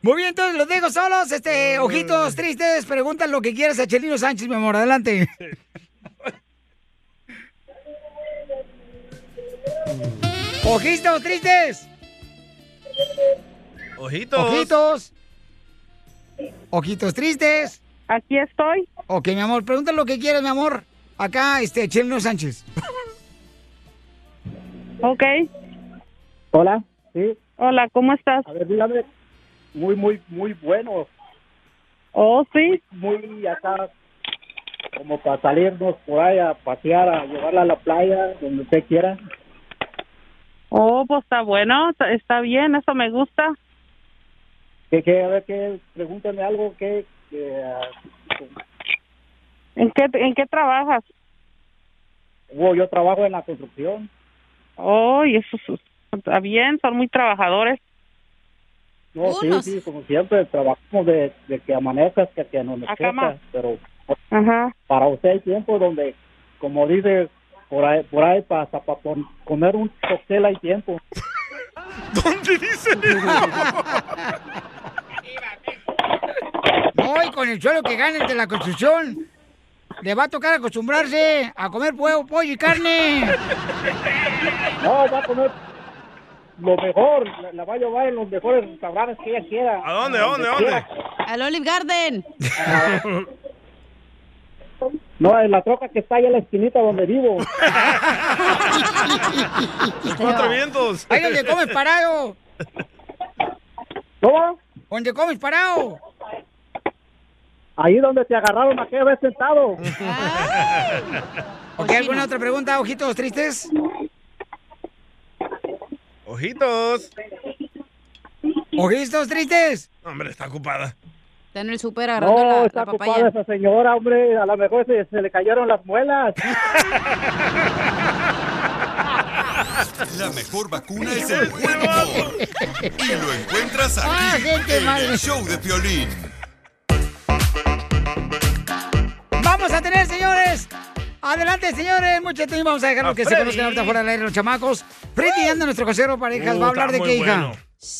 S3: Muy bien, entonces los dejo solos. Este, ojitos tristes, preguntan lo que quieras a Chelino Sánchez, mi amor. Adelante. Ojitos tristes.
S5: Ojitos.
S3: Ojitos. Ojitos tristes.
S19: Aquí estoy.
S3: Ok, mi amor, pregunta lo que quieras, mi amor. Acá, este, Chelino Sánchez.
S19: Ok.
S16: Hola, sí.
S19: Hola, ¿cómo estás?
S16: A ver, dígame. Muy, muy, muy bueno.
S19: Oh, sí.
S16: Muy acá, como para salirnos por ahí a pasear, a llevarla a la playa, donde usted quiera.
S19: Oh, pues está bueno, está- está bien, eso me gusta.
S16: Que, que, a ver, que, pregúntame algo, que, que, ah,
S19: ¿En qué, en qué trabajas?
S16: wow, Oh, yo trabajo en la construcción.
S19: Oh, y eso es- está bien, son muy trabajadores.
S16: No,
S19: Unos.
S16: sí, sí, como siempre, trabajamos de, de que amanezca hasta que
S19: Acá más.
S16: anochezca, pero
S19: Ajá.
S16: para usted hay tiempo donde, como dice, por ahí, por ahí para, hasta para pon- comer un cóctel hay tiempo.
S5: ¿Dónde dice
S3: No, y con el suelo que ganen de la construcción, le va a tocar acostumbrarse a comer huevo, pollo y carne.
S16: No, va a comer lo mejor, la, la va a llevar en los mejores restaurantes que ella quiera. ¿A
S5: dónde, a dónde, a dónde?
S12: Al Olive Garden.
S16: No, en la troca que está ahí en la esquinita donde vivo.
S5: Los cuatro vientos.
S3: Ahí donde comes parado.
S16: ¿Cómo?
S3: Donde comes parado.
S16: Ahí donde te agarraron aquella vez sentado.
S3: ¿Ok? ¿Alguna otra pregunta, ojitos tristes?
S5: Ojitos.
S3: Ojitos tristes.
S5: Hombre, está ocupada.
S12: Está en el súper agarrando
S16: No,
S12: la,
S16: está
S12: la
S16: ocupada
S12: papaya.
S16: esa señora, hombre. A lo mejor se, se le cayeron las muelas.
S6: La mejor vacuna es el buen humor. Y lo encuentras aquí,
S4: Ah, gente
S6: en
S4: mala.
S6: el show de Piolín.
S3: Vamos a tener, señores. Adelante, señores. Mucho tiempo. Vamos a dejarlo
S12: A
S3: que se
S12: Freddy.
S3: conozcan ahorita fuera del aire los chamacos. Freddy anda nuestro consejero de parejas.
S12: Uh,
S3: ¿Va a hablar
S12: está
S3: de
S12: muy
S3: qué, hija?
S12: bueno.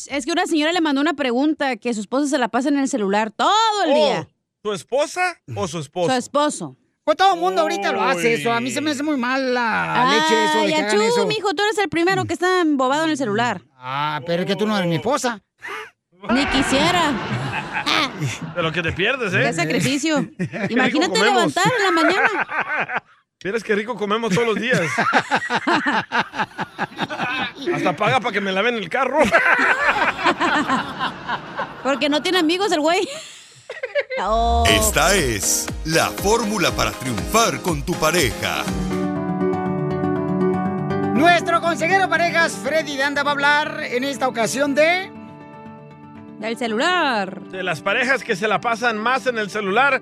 S12: Es que una señora le mandó una pregunta que su esposa se la pasa en el celular todo el día.
S5: ¿Tu esposa o su esposo?
S12: Su esposo.
S3: Pues todo el mundo ahorita lo hace eso. A mí se me hace muy mal la leche eso de que
S12: Ay,
S3: hagan
S12: achú,
S3: eso.
S12: mijo, tú eres el primero que está embobado en el celular.
S3: Ah, pero es que tú no eres mi esposa.
S12: Ni quisiera.
S5: De lo que te pierdes, ¿eh?
S12: Qué sacrificio.
S5: rico
S12: Imagínate
S5: comemos.
S12: levantar en la mañana.
S5: Vieras qué rico comemos todos los días. Hasta paga para que me laven el carro.
S12: Porque no tiene amigos el güey. Oh.
S6: Esta es la fórmula para triunfar con tu pareja.
S3: Nuestro consejero de parejas, Freddy de Anda, va a hablar en esta ocasión de.
S12: Del celular.
S5: De las parejas que se la pasan más en el celular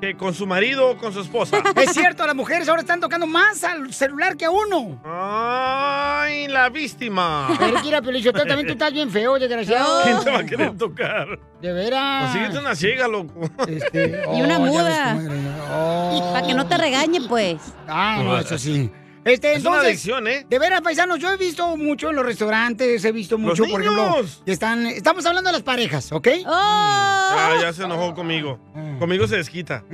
S5: que con su marido o con su esposa.
S3: Ah, Es cierto, las mujeres ahora están tocando más al celular que a uno.
S5: Ay, la víctima.
S3: Pero mira, Pelichotelo, también tú estás bien feo, desgraciado.
S5: ¿Quién te va a querer tocar?
S3: De veras.
S5: Consíguete una ciega, loco.
S12: Este, y una
S3: Oh, ya
S12: muda.
S3: ves
S12: Para que no te regañe, pues.
S3: Ah, no, eso sí. Este,
S12: Es
S3: entonces,
S12: una
S5: adicción, ¿eh?
S3: De veras, paisanos, yo he visto mucho en los restaurantes, he visto mucho, por ejemplo,
S5: niños.
S3: que están, estamos hablando de las parejas, ¿eh? ¿ok?
S12: Oh,
S5: Ah, ya se enojó conmigo. Conmigo se desquita.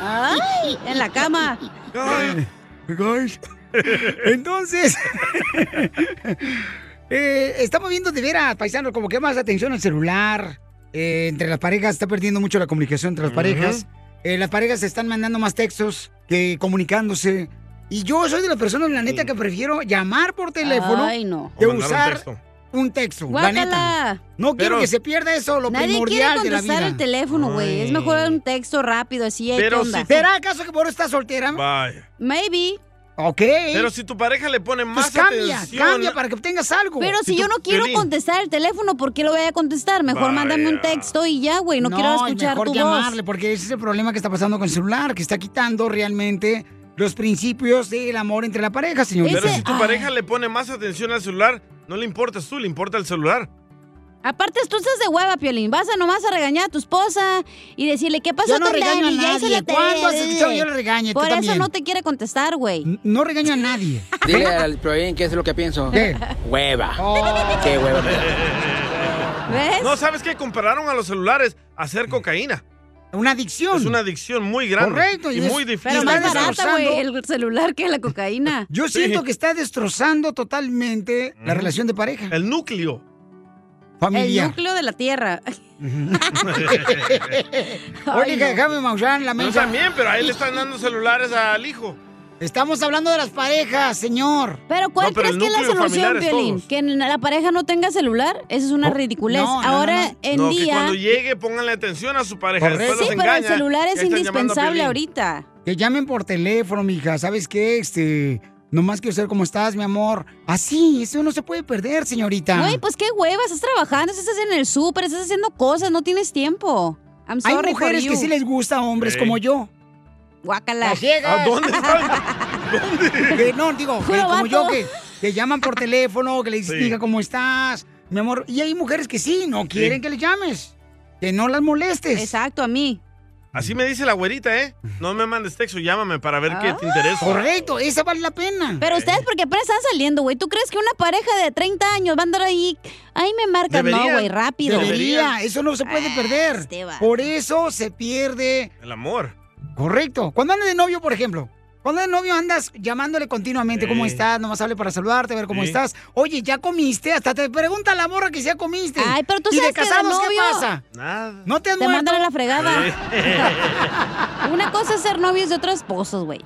S12: Ay, en la cama.
S3: Guys. Entonces, eh, estamos viendo de veras, paisanos, como que más atención al celular. eh, entre las parejas está perdiendo mucho la comunicación entre las parejas. Eh, las parejas se están mandando más textos que comunicándose. Y yo soy de las personas, la neta, que prefiero llamar por teléfono
S12: Ay, no.
S3: que
S12: O mandar un
S3: usar un texto.
S12: texto.
S3: la neta.
S12: Guácala.
S3: No quiero
S12: Pero-
S3: que se pierda eso, lo
S12: Nadie
S3: primordial de
S12: quiere
S3: la
S12: contestar
S3: vida.
S12: el teléfono, güey. Es mejor un texto rápido, así. ¿eh?
S5: Pero
S12: ¿Qué onda?
S5: si- ¿Será
S3: acaso que por estar soltera?
S5: Vaya.
S12: Maybe.
S3: Ok.
S5: Pero si tu pareja le pone
S12: Pues
S3: Pues
S5: más atención.
S3: que obtengas algo.
S12: Pero si,
S5: Si
S12: yo
S5: tú-
S12: no quiero
S5: Piolín.
S12: contestar el teléfono, ¿por qué lo voy a contestar? Mejor
S5: Vaya.
S12: mándame un texto y ya, güey. No, quiero
S3: es
S12: escuchar
S3: mejor
S12: tu
S3: llamarle,
S12: voz.
S3: porque ese es el problema que está pasando con el celular, que está quitando realmente los principios del amor entre la pareja, señor.
S5: Pero si tu
S12: ah.
S5: pareja le pone más atención al celular, no le importas tú, le importa el celular.
S12: Aparte, tú estás de hueva, Piolín. Vas a nomás a regañar a tu esposa y decirle, ¿qué pasó
S3: Yo no
S12: tan
S3: regaño a
S12: Dani? Ya hice
S3: nadie.
S12: la tarea.
S3: ¿Cuándo has escuchado que yo le regañe? Tú
S12: Por eso
S3: también.
S12: no te quiere contestar, güey.
S3: No regaño a nadie.
S14: Dile al Piolín qué es lo que pienso.
S3: ¿Qué?
S14: Hueva. Qué hueva.
S5: No, ¿sabes qué? Compararon a los celulares a hacer cocaína.
S3: Una adicción.
S5: Es una adicción muy grande.
S3: Correcto,
S5: Y,
S3: y es-
S5: muy difícil.
S12: Pero más barata,
S3: destrozando.
S12: güey, el celular que la cocaína.
S3: Yo siento que está destrozando totalmente la
S12: Mm.
S3: relación de pareja. El núcleo.
S12: El
S3: Familiar.
S12: núcleo de la tierra.
S3: Oye, déjame mausar en la
S5: Yo
S3: mesa.
S5: también, pero ahí le están dando celulares al hijo.
S3: Estamos hablando de las parejas, señor.
S12: Pero ¿cuál
S5: No, pero
S12: crees
S5: el
S12: que es la
S5: núcleo
S12: solución,
S5: familiar es
S12: Violín?
S5: todos.
S12: Que en la pareja no tenga celular, eso es una ridiculez.
S5: no, no,
S12: Ahora en
S5: no, que
S12: día.
S5: cuando llegue pónganle atención a su pareja. Después
S12: Sí,
S5: los
S12: pero el
S5: engaña,
S12: celular
S5: ya
S12: es
S5: están llamando a
S12: indispensable
S5: Piolín.
S12: ahorita.
S3: Que llamen por teléfono, mija. ¿Sabes qué? Este, nomás quiero saber cómo estás, mi amor. Así, eso no se puede perder, señorita.
S12: Güey, pues qué hueva, estás trabajando, estás en el súper, estás haciendo cosas, no tienes tiempo. I'm
S3: Hay
S12: sorry for
S3: mujeres que
S12: you.
S3: sí les gusta a hombres
S12: Sí.
S3: como yo.
S12: Guácala.
S3: ¡A ciegas! ¿A dónde Que no, digo, que
S12: Puro
S3: como
S12: vato.
S3: yo que te llaman por teléfono, que le dices, "Mija, ¿cómo estás? Mi amor. Y hay mujeres que sí, no quieren que les llames. Que no las molestes.
S12: Exacto, a mí.
S5: Así me dice la güerita, ¿eh? No me mandes texto, llámame para ver qué te interesa.
S3: Ah. Correcto, esa vale la pena.
S12: Pero ustedes, porque apenas están saliendo, güey? ¿Tú crees que una pareja de 30 años va a andar ahí? Ahí me marcan, no, güey, rápido.
S3: Debería, eso no se
S12: Ah,
S3: puede perder. Por eso se pierde.
S5: El amor.
S3: Correcto. Cuando andas de novio, por ejemplo. Cuando andas de novio andas llamándole continuamente cómo estás, nomás hable para saludarte, a ver cómo
S5: Sí.
S3: estás. Oye, ¿ya comiste? Hasta te pregunta la morra que si ya comiste. Ay, pero
S12: tú
S3: ¿Y de
S12: sabes que de
S3: casados qué
S12: novio-
S3: pasa?
S5: Nada.
S3: ¿No te has
S12: Te
S3: muerto?
S12: mandan a la fregada. Una cosa es ser novios de otros esposos, güey.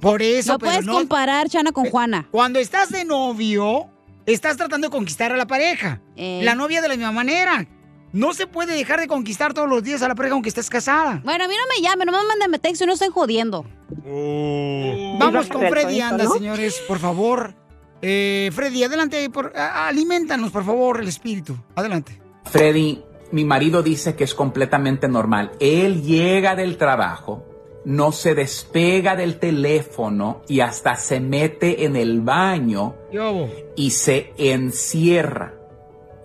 S3: Por eso,
S12: No
S3: pero
S12: puedes comparar Chana con Juana.
S3: Cuando estás de novio, estás tratando de conquistar a la pareja.
S12: Eh.
S3: La novia de la misma manera. No se puede dejar de conquistar todos los días a la pareja aunque estés casada.
S12: Bueno, a mí no me llamen, no me manden texto y no estén jodiendo.
S3: Vamos
S12: Iba a
S3: con
S12: hacer
S3: Freddy
S12: todo esto,
S3: Anda,
S12: ¿no?
S3: señores, por favor. Eh, Freddy, adelante, por, a- alimentanos, por favor, el espíritu. Adelante.
S25: Freddy, mi marido dice que es completamente normal. Él llega del trabajo, no se despega del teléfono y hasta se mete en el baño y se encierra.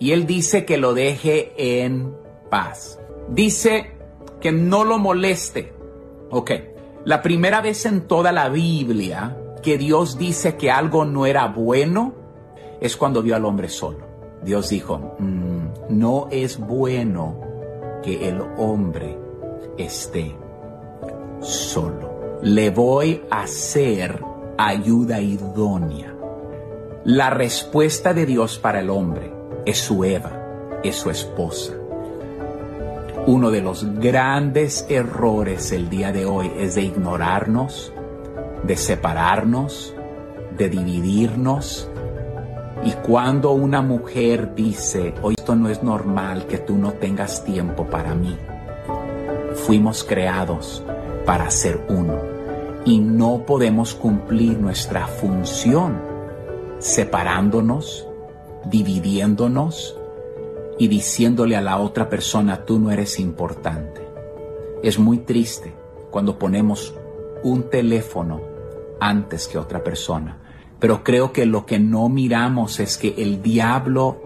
S25: Y él dice que lo deje en paz. Dice que no lo moleste. Ok, la primera vez en toda la Biblia que Dios dice que algo no era bueno es cuando vio al hombre solo. Dios dijo, "Mm, no es bueno que el hombre esté solo. Le voy a hacer ayuda idónea. La respuesta de Dios para el hombre es su Eva, es su esposa. Uno de los grandes errores el día de hoy es de ignorarnos, de separarnos, de dividirnos, y cuando una mujer dice, hoy esto no es normal que tú no tengas tiempo para mí, fuimos creados para ser uno y no podemos cumplir nuestra función separándonos, dividiéndonos y diciéndole a la otra persona, tú no eres importante. Es muy triste cuando ponemos un teléfono antes que otra persona. Pero creo que lo que no miramos es que el diablo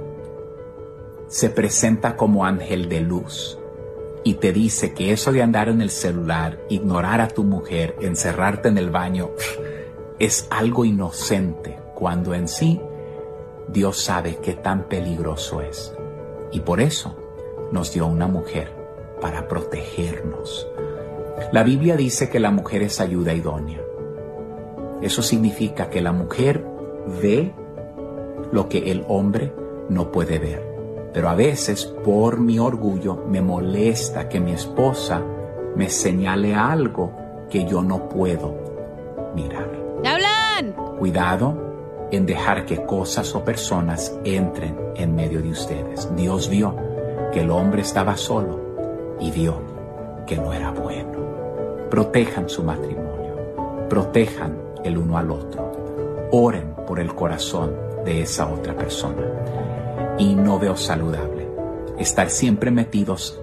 S25: se presenta como ángel de luz y te dice que eso de andar en el celular, ignorar a tu mujer, encerrarte en el baño, es algo inocente, cuando en sí Dios sabe qué tan peligroso es. Y por eso nos dio una mujer para protegernos. La Biblia dice que la mujer es ayuda idónea. Eso significa que la mujer ve lo que el hombre no puede ver. Pero a veces, por mi orgullo, me molesta que mi esposa me señale algo que yo no puedo mirar.
S12: ¡Te hablan!
S25: Cuidado en dejar que cosas o personas entren en medio de ustedes. Dios vio que el hombre estaba solo y vio que no era bueno. Protejan su matrimonio, protejan el uno al otro, oren por el corazón de esa otra persona. Y no veo saludable estar siempre metidos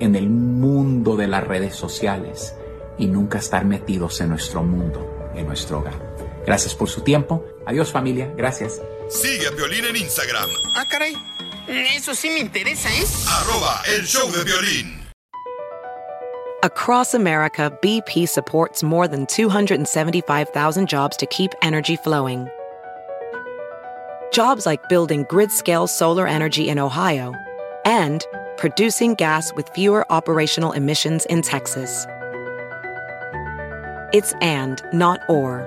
S25: en el mundo de las redes sociales y nunca estar metidos en nuestro mundo, en nuestro hogar. Gracias por su tiempo. Adiós familia. Gracias.
S6: Sigue a Piolín en Instagram,
S2: Ah, caray. Eso sí me interesa, ¿eh?
S18: Ah,
S6: arroba el show de violín.
S1: Across America, BP supports more than 275,000 jobs to keep energy flowing. Jobs like building grid scale solar energy in Ohio and producing gas with fewer operational emissions in Texas. It's and, not or.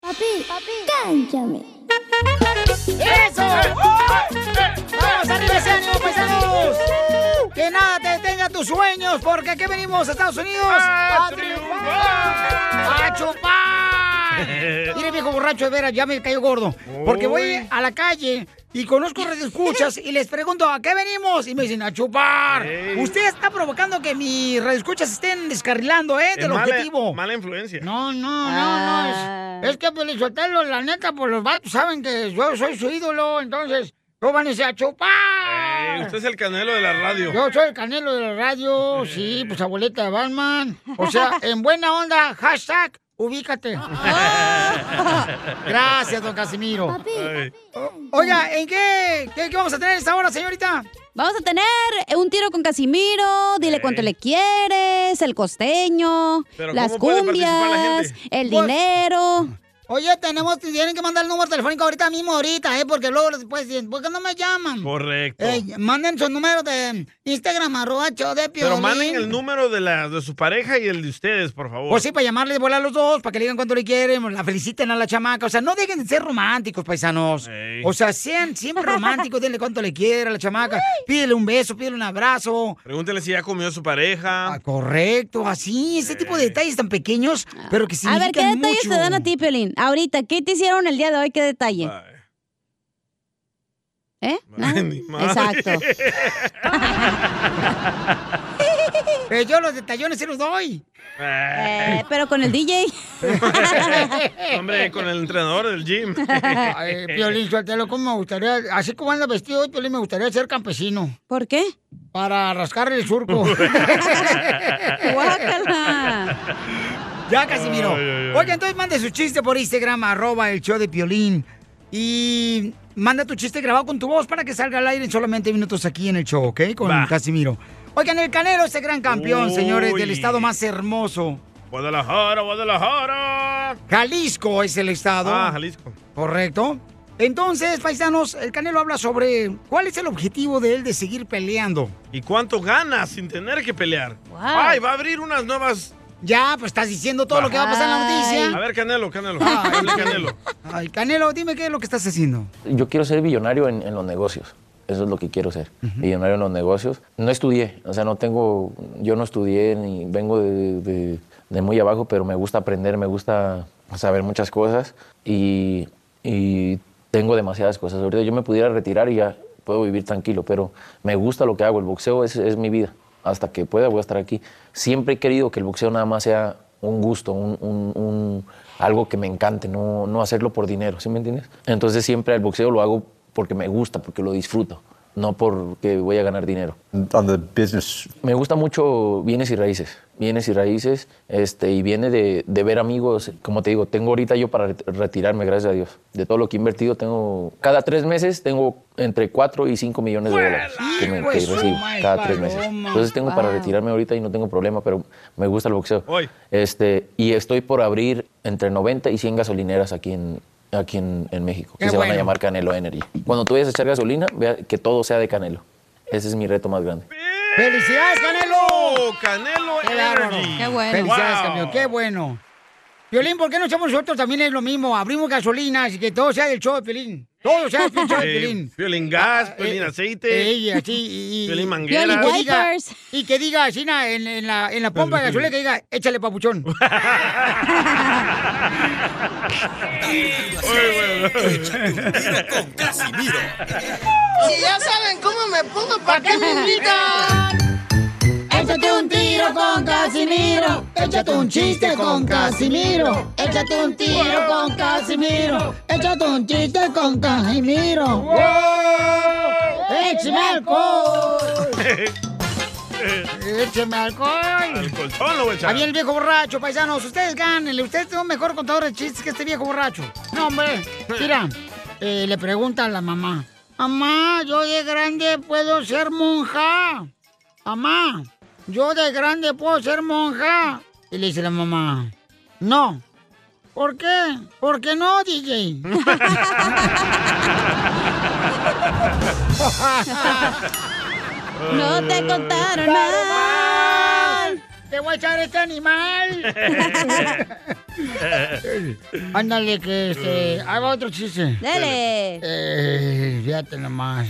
S4: Papi, papi, cánchame.
S3: ¡Eso! ¡Vamos arriba ese ánimo, paisanos! Que nada te detenga tus sueños, porque aquí venimos a Estados Unidos a triunfar, a chupar. Mire, viejo borracho, de veras, ya me cayó gordo. Porque voy a la calle y conozco radioescuchas y les pregunto, ¿a qué venimos? Y me dicen, a chupar. Usted está provocando que mis radioescuchas estén descarrilando, ¿eh? Del
S5: Es mala-
S3: objetivo.
S5: Mala influencia.
S3: No, no, no, no. Es, es que Pelizotelo, la neta, pues los vatos saben que yo soy su ídolo, entonces no van a decir a chupar.
S5: Eh, Usted es el canelo de la radio. Eh.
S3: Yo soy el canelo de la radio, sí, pues abuelita de Batman. O sea, en buena onda, hashtag, ubícate. Gracias, don Casimiro.
S5: Ay.
S3: Oiga, ¿en qué, qué, qué vamos a tener esta hora, señorita?
S12: Vamos a tener eh, un tiro con Casimiro, dile cuánto le quieres, el costeño,
S3: Pero
S12: las
S3: ¿cómo puede
S12: cumbias,
S3: participar la gente?
S12: el
S3: Pues-
S12: dinero.
S3: Oye, tenemos, tienen que mandar el número telefónico ahorita mismo, ahorita, ¿eh? Porque luego después dicen, ¿por qué no me llaman?
S5: Correcto.
S3: Ey, manden su número de Instagram, arroba show de
S5: Pero
S3: Piolín.
S5: manden el número de, la, de su pareja y el de ustedes, por favor.
S3: Pues sí, para llamarle de volar a los dos, para que le digan cuánto le quieren, la feliciten a la chamaca. O sea, no dejen de ser románticos, paisanos.
S5: Ey.
S3: O sea, sean siempre románticos, denle cuánto le quiere a la chamaca. Pídele un beso, pídele un abrazo.
S5: Pregúntele si ya comió su pareja.
S3: Ah, Correcto, así, ese tipo
S5: Eh.
S3: de detalles tan pequeños, pero que
S12: A
S3: significan
S12: ver, ¿qué detalles
S3: mucho.
S12: te dan a ti, Piolín? Ahorita, ¿qué te hicieron el día de hoy? ¿Qué detalle? ¿Eh? Nada. Exacto.
S3: Pero yo los detallones se los doy.
S12: Eh, pero con el DJ.
S5: Hombre, con el entrenador del gym.
S3: Ay, Piolín, suéltalo, ¿cómo me gustaría? Así como anda vestido hoy, Piolín, me gustaría ser campesino.
S12: ¿Por qué?
S3: Para rascarle el surco. Ya, Casimiro.
S4: Ay, ay, ay.
S3: Oiga, entonces mande su chiste por Instagram, arroba el show de Piolín. Y manda tu chiste grabado con tu voz para que salga al aire en solamente minutos aquí en el show, ¿ok? Con
S5: Va.
S3: Casimiro. Oigan, el Canelo, ese gran campeón,
S5: Uy.
S3: señores, del estado más hermoso.
S5: Guadalajara, Guadalajara.
S3: Jalisco es el estado.
S5: Ah, Jalisco.
S3: Correcto. Entonces, paisanos, el Canelo habla sobre cuál es el objetivo de él de seguir peleando.
S5: ¿Y cuánto gana sin tener que pelear?
S3: Ay,
S5: va a abrir unas nuevas.
S3: Ya, pues estás diciendo todo lo que va a pasar en la
S5: A
S3: noticia.
S5: ver, Canelo, Canelo.
S3: Ay.
S5: Hable, Canelo.
S3: Ay, Canelo, dime qué es lo que estás haciendo.
S11: Yo quiero ser billonario en, en los negocios. Eso es lo que quiero ser. Billonario en los negocios. No estudié, o sea, no tengo. Yo no estudié ni vengo de, de- de muy abajo, pero me gusta aprender, me gusta saber muchas cosas y, y tengo demasiadas cosas. Ahorita yo me pudiera retirar y ya puedo vivir tranquilo, pero me gusta lo que hago. El boxeo es, es mi vida. Hasta que pueda, voy a estar aquí. Siempre he querido que el boxeo nada más sea un gusto, un, un- un- algo que me encante, no, no hacerlo por dinero, ¿sí me entiendes? Entonces siempre el boxeo lo hago porque me gusta, porque lo disfruto, no porque voy a ganar dinero.
S26: on the business
S11: Me gusta mucho bienes y raíces, bienes y raíces, este, y viene de, de ver amigos, como te digo, tengo ahorita yo para ret- retirarme, gracias a Dios. De todo lo que he invertido, tengo, cada tres meses tengo entre 4 y 5 millones de dólares que, me-
S26: ¡Hijo de
S11: que
S26: su
S11: recibo
S26: madre, Oh
S11: cada tres meses.
S26: paloma!
S11: Entonces tengo para
S26: oh Wow.
S11: retirar retirarme ahorita y no tengo problema, pero me gusta el boxeo. Este, y estoy por abrir entre 90 y 100 gasolineras aquí en, aquí en, en México, que
S26: Qué
S11: se van a
S26: bueno.
S11: llamar Canelo Energy. Cuando tú vayas a echar gasolina, vea que todo sea de Canelo. Ese es mi reto más grande.
S3: ¡Felicidades, Canelo!
S5: Oh, Canelo
S3: ¡Qué bárbaro!
S5: Energy.
S3: Felicidades,
S5: Wow.
S3: campeón, qué bueno. Violín, ¿por qué no echamos nosotros también es lo mismo? Abrimos gasolinas y que todo sea del show de Piolín. Todo sea del show de Piolín.
S5: Eh, Piolín gas, piolín aceite.
S3: Ah, eh, Ey, así, y, y-
S5: Piolín
S3: y
S5: manguera.
S3: que diga- y que diga así na, en, en la, en la pompa de gasolina que diga, échale papuchón.
S4: Casimiro.
S26: Si ya saben cómo me pongo, ¿para qué me invitan?
S21: Échate un tiro con Casimiro. Échate un chiste con Casimiro. Échate un tiro con Casimiro. Échate un chiste con Casimiro. ¡Wow! ¡Échame alcohol! ¡Échame alcohol!
S5: colchón lo voy a echar.
S3: Ahí el viejo borracho, paisanos. Ustedes gánenle. Ustedes son mejor contador de chistes que este viejo borracho. No, hombre. Mira, eh, le pregunta a la mamá. Mamá, yo de grande puedo ser monja. Mamá, yo de grande puedo ser monja. Y le dice la mamá, no. ¿Por qué? ¿Por qué no, DJ?
S4: No te contaron mal.
S3: Te voy a echar este animal. Ándale, que este. Haga otro chiste.
S12: Dale.
S3: Eh, fíjate nomás.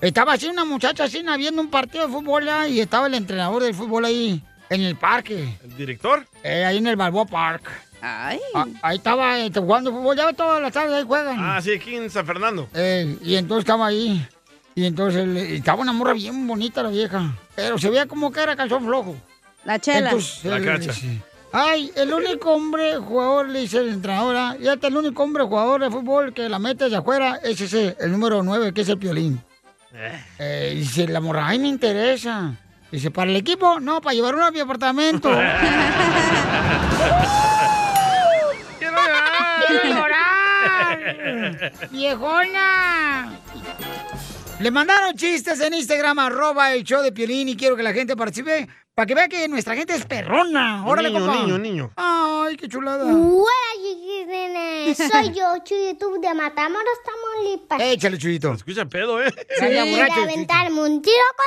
S3: Estaba así una muchacha así na, viendo un partido de fútbol ah, y estaba el entrenador del fútbol ahí en el parque.
S5: ¿El director?
S3: Eh, ahí en el Balboa Park. Ah, ahí estaba este, jugando fútbol, ya ves, todas las tardes ahí juegan.
S5: Ah, sí, aquí en San Fernando.
S3: Eh, y entonces estaba ahí. Y entonces le- estaba una morra bien bonita la vieja. Pero se veía como que era calzón flojo.
S12: La chela.
S3: Entonces,
S12: La
S3: él
S12: cacha.
S3: dice, Ay, el único hombre jugador, le dice la entrenadora, y hasta el único hombre jugador de fútbol que la mete de afuera es ese, el número 9, que es el piolín. Eh, dice la morra, ay, me interesa. Dice, ¿para el equipo? No, para llevar uno a mi apartamento. ¡Quiero llorar! ¡Viejona! Le mandaron chistes en Instagram, arroba el show de Piolín, y quiero que la gente participe para que vea que nuestra gente es perrona. Órale,
S5: niño,
S3: compa.
S5: niño, niño.
S3: Ay, qué chulada.
S27: Soy yo, Chuyutub de Matamoros, Tamaulipas.
S3: Échale, Chuyito.
S5: Escucha pedo, ¿eh?
S27: Voy a ir a aventarme un tiro con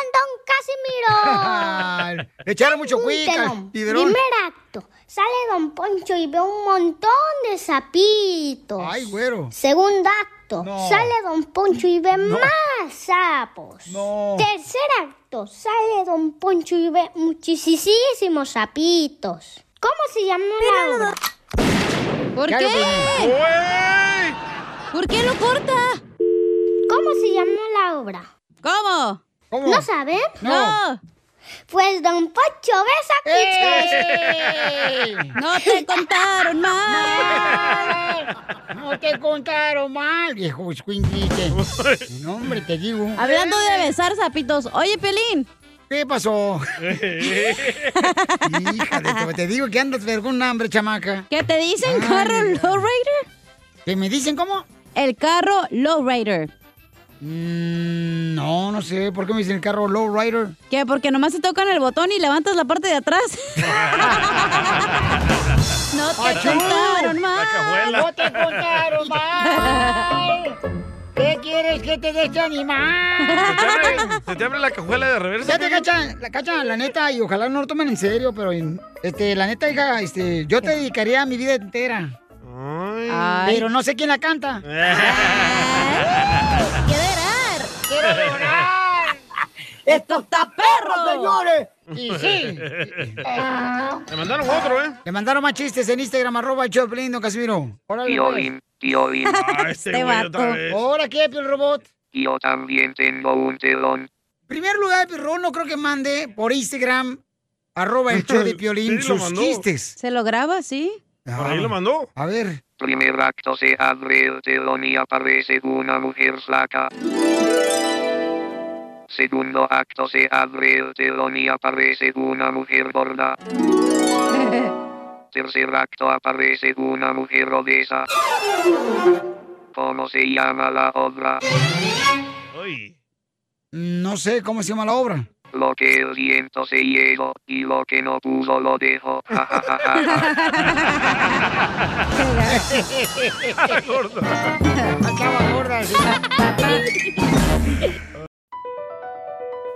S27: Don Casimiro.
S3: Ay, Le echaron mucho cuica al
S27: Pregúntelo.
S3: biberón.
S27: Primer acto. Sale Don Poncho y ve un montón de sapitos. Ay,
S3: güero.
S27: Segundo acto. No. Sale Don Poncho y ve No. más sapos.
S3: No.
S27: Tercer acto. Sale Don Poncho y ve muchísimos sapitos. ¿Cómo se llama la obra?
S12: ¿Por qué? ¿Por qué lo corta?
S27: pues. ¿Cómo se llama la obra?
S12: ¿Cómo?
S27: ¿No saben?
S12: No.
S27: Pues Don Poncho ve sapitos.
S12: No te contaron
S3: mal. No te contaron mal, viejo escuinquite. No, hombre, te digo.
S12: Hablando de besar zapitos. Oye, Pelín.
S3: ¿Qué pasó? Hija de tu- te digo que andas vergüenza, hambre, chamaca.
S12: ¿Qué te dicen, carro lowrider?
S3: Ah, ¿Qué me dicen cómo?
S12: El carro lowrider.
S3: Mm, No, no sé, ¿por qué me dicen el carro lowrider?
S12: ¿Qué? Porque nomás se tocan el botón y levantas la parte de atrás. no te
S4: Achú.
S12: contaron
S4: La
S12: mal.
S4: cajuela.
S3: No te contaron mal. ¿Qué quieres que te dé este animal?
S5: Se te abre la cajuela de reversa.
S3: Ya te cachan, la cachan, la neta, y ojalá no lo tomen en serio, pero en- este, la neta, hija, este, yo te dedicaría mi vida entera.
S12: Ay.
S3: Pero no sé quién la canta.
S4: ¡Quiero llorar!
S3: ¡Esto está perro, señores! Y sí.
S5: Le mandaron otro, ¿eh?
S3: Le mandaron más chistes en Instagram, arroba el show de Piolín, don Casimiro. Órale,
S9: Piolín, Piolín.
S3: pues. Ahora qué, Piol Robot.
S9: Yo también tengo un telón.
S3: Primer lugar, Piolín, no creo que mande por Instagram, arroba el show de Piolín,
S9: Sí, lo
S3: sus
S9: mandó.
S3: chistes.
S12: Se lo graba, sí.
S9: Por ahí lo
S5: mandó.
S3: A ver.
S9: Primer acto se abre el telón y aparece una mujer flaca. Segundo acto se abre el telón y aparece una mujer gorda. Tercer acto aparece una mujer obesa. ¿Cómo se llama la obra?
S3: No sé cómo se llama la obra.
S9: Lo que el viento se llevó y lo que no pudo lo dejó. Ja, ja, ja, ja, ja.
S4: Estaba gorda.
S3: Estaba gorda, sí.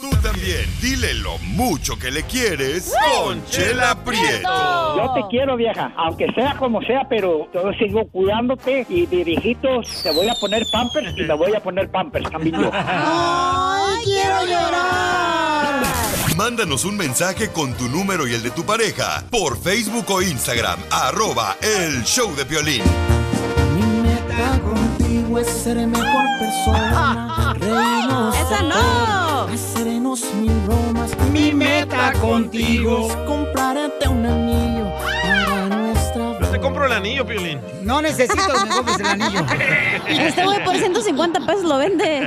S6: Tú también, dile lo mucho que le quieres con Chela Prieto.
S18: Yo te quiero, vieja, aunque sea como sea, pero yo sigo cuidándote y de viejitos te voy a poner pampers y me voy a poner pampers también yo.
S26: ¡Ay, quiero llorar!
S6: Mándanos un mensaje con tu número y el de tu pareja por Facebook o Instagram, arroba el show de violín.
S4: contigo es ser mejor persona. Reírnos
S12: ¡Esa no!
S4: Hacernos mil bromas. Mi meta contigo es comprarte un anillo para nuestra
S5: Yo te compro el anillo, Piolín.
S3: No necesito que me compres el anillo.
S12: Este güey por 150 pesos Pues lo vende.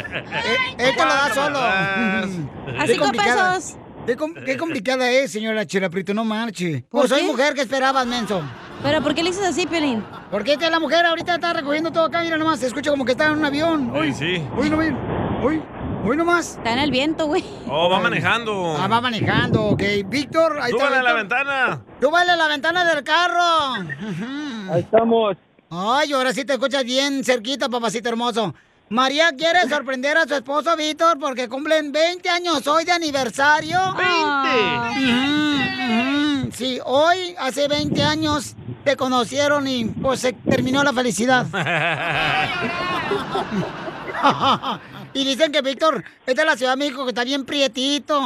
S3: Él te lo da Eh, solo.
S12: A
S3: Qué
S12: cinco
S3: complicada.
S12: pesos.
S3: Qué, com- qué complicada es, señora Chela Prieto, no marche. Pues soy mujer, ¿qué esperabas, menso?
S12: ¿Pero por qué le dices así, Piolín?
S3: Porque que la mujer ahorita está recogiendo todo acá, mira nomás, se escucha como que está en un avión. Uy,
S5: sí.
S3: Uy, no ven. Uy, uy nomás.
S12: Está en el viento, güey.
S5: Oh, va manejando.
S3: Ah, va manejando, ok. Víctor, Ah, ahí
S5: Súbale
S3: está.
S5: a la
S3: Víctor.
S5: ventana.
S3: Tú vale a la ventana del carro. Ujú.
S23: Ahí estamos.
S3: Ay, ahora sí te escuchas bien cerquita, papacito hermoso. María quiere sorprender a su esposo Víctor porque cumplen 20 años hoy de aniversario. ¡20! Sí, hoy hace 20 años te conocieron y pues se terminó la felicidad. y dicen que Víctor es de la Ciudad de México que está bien prietito.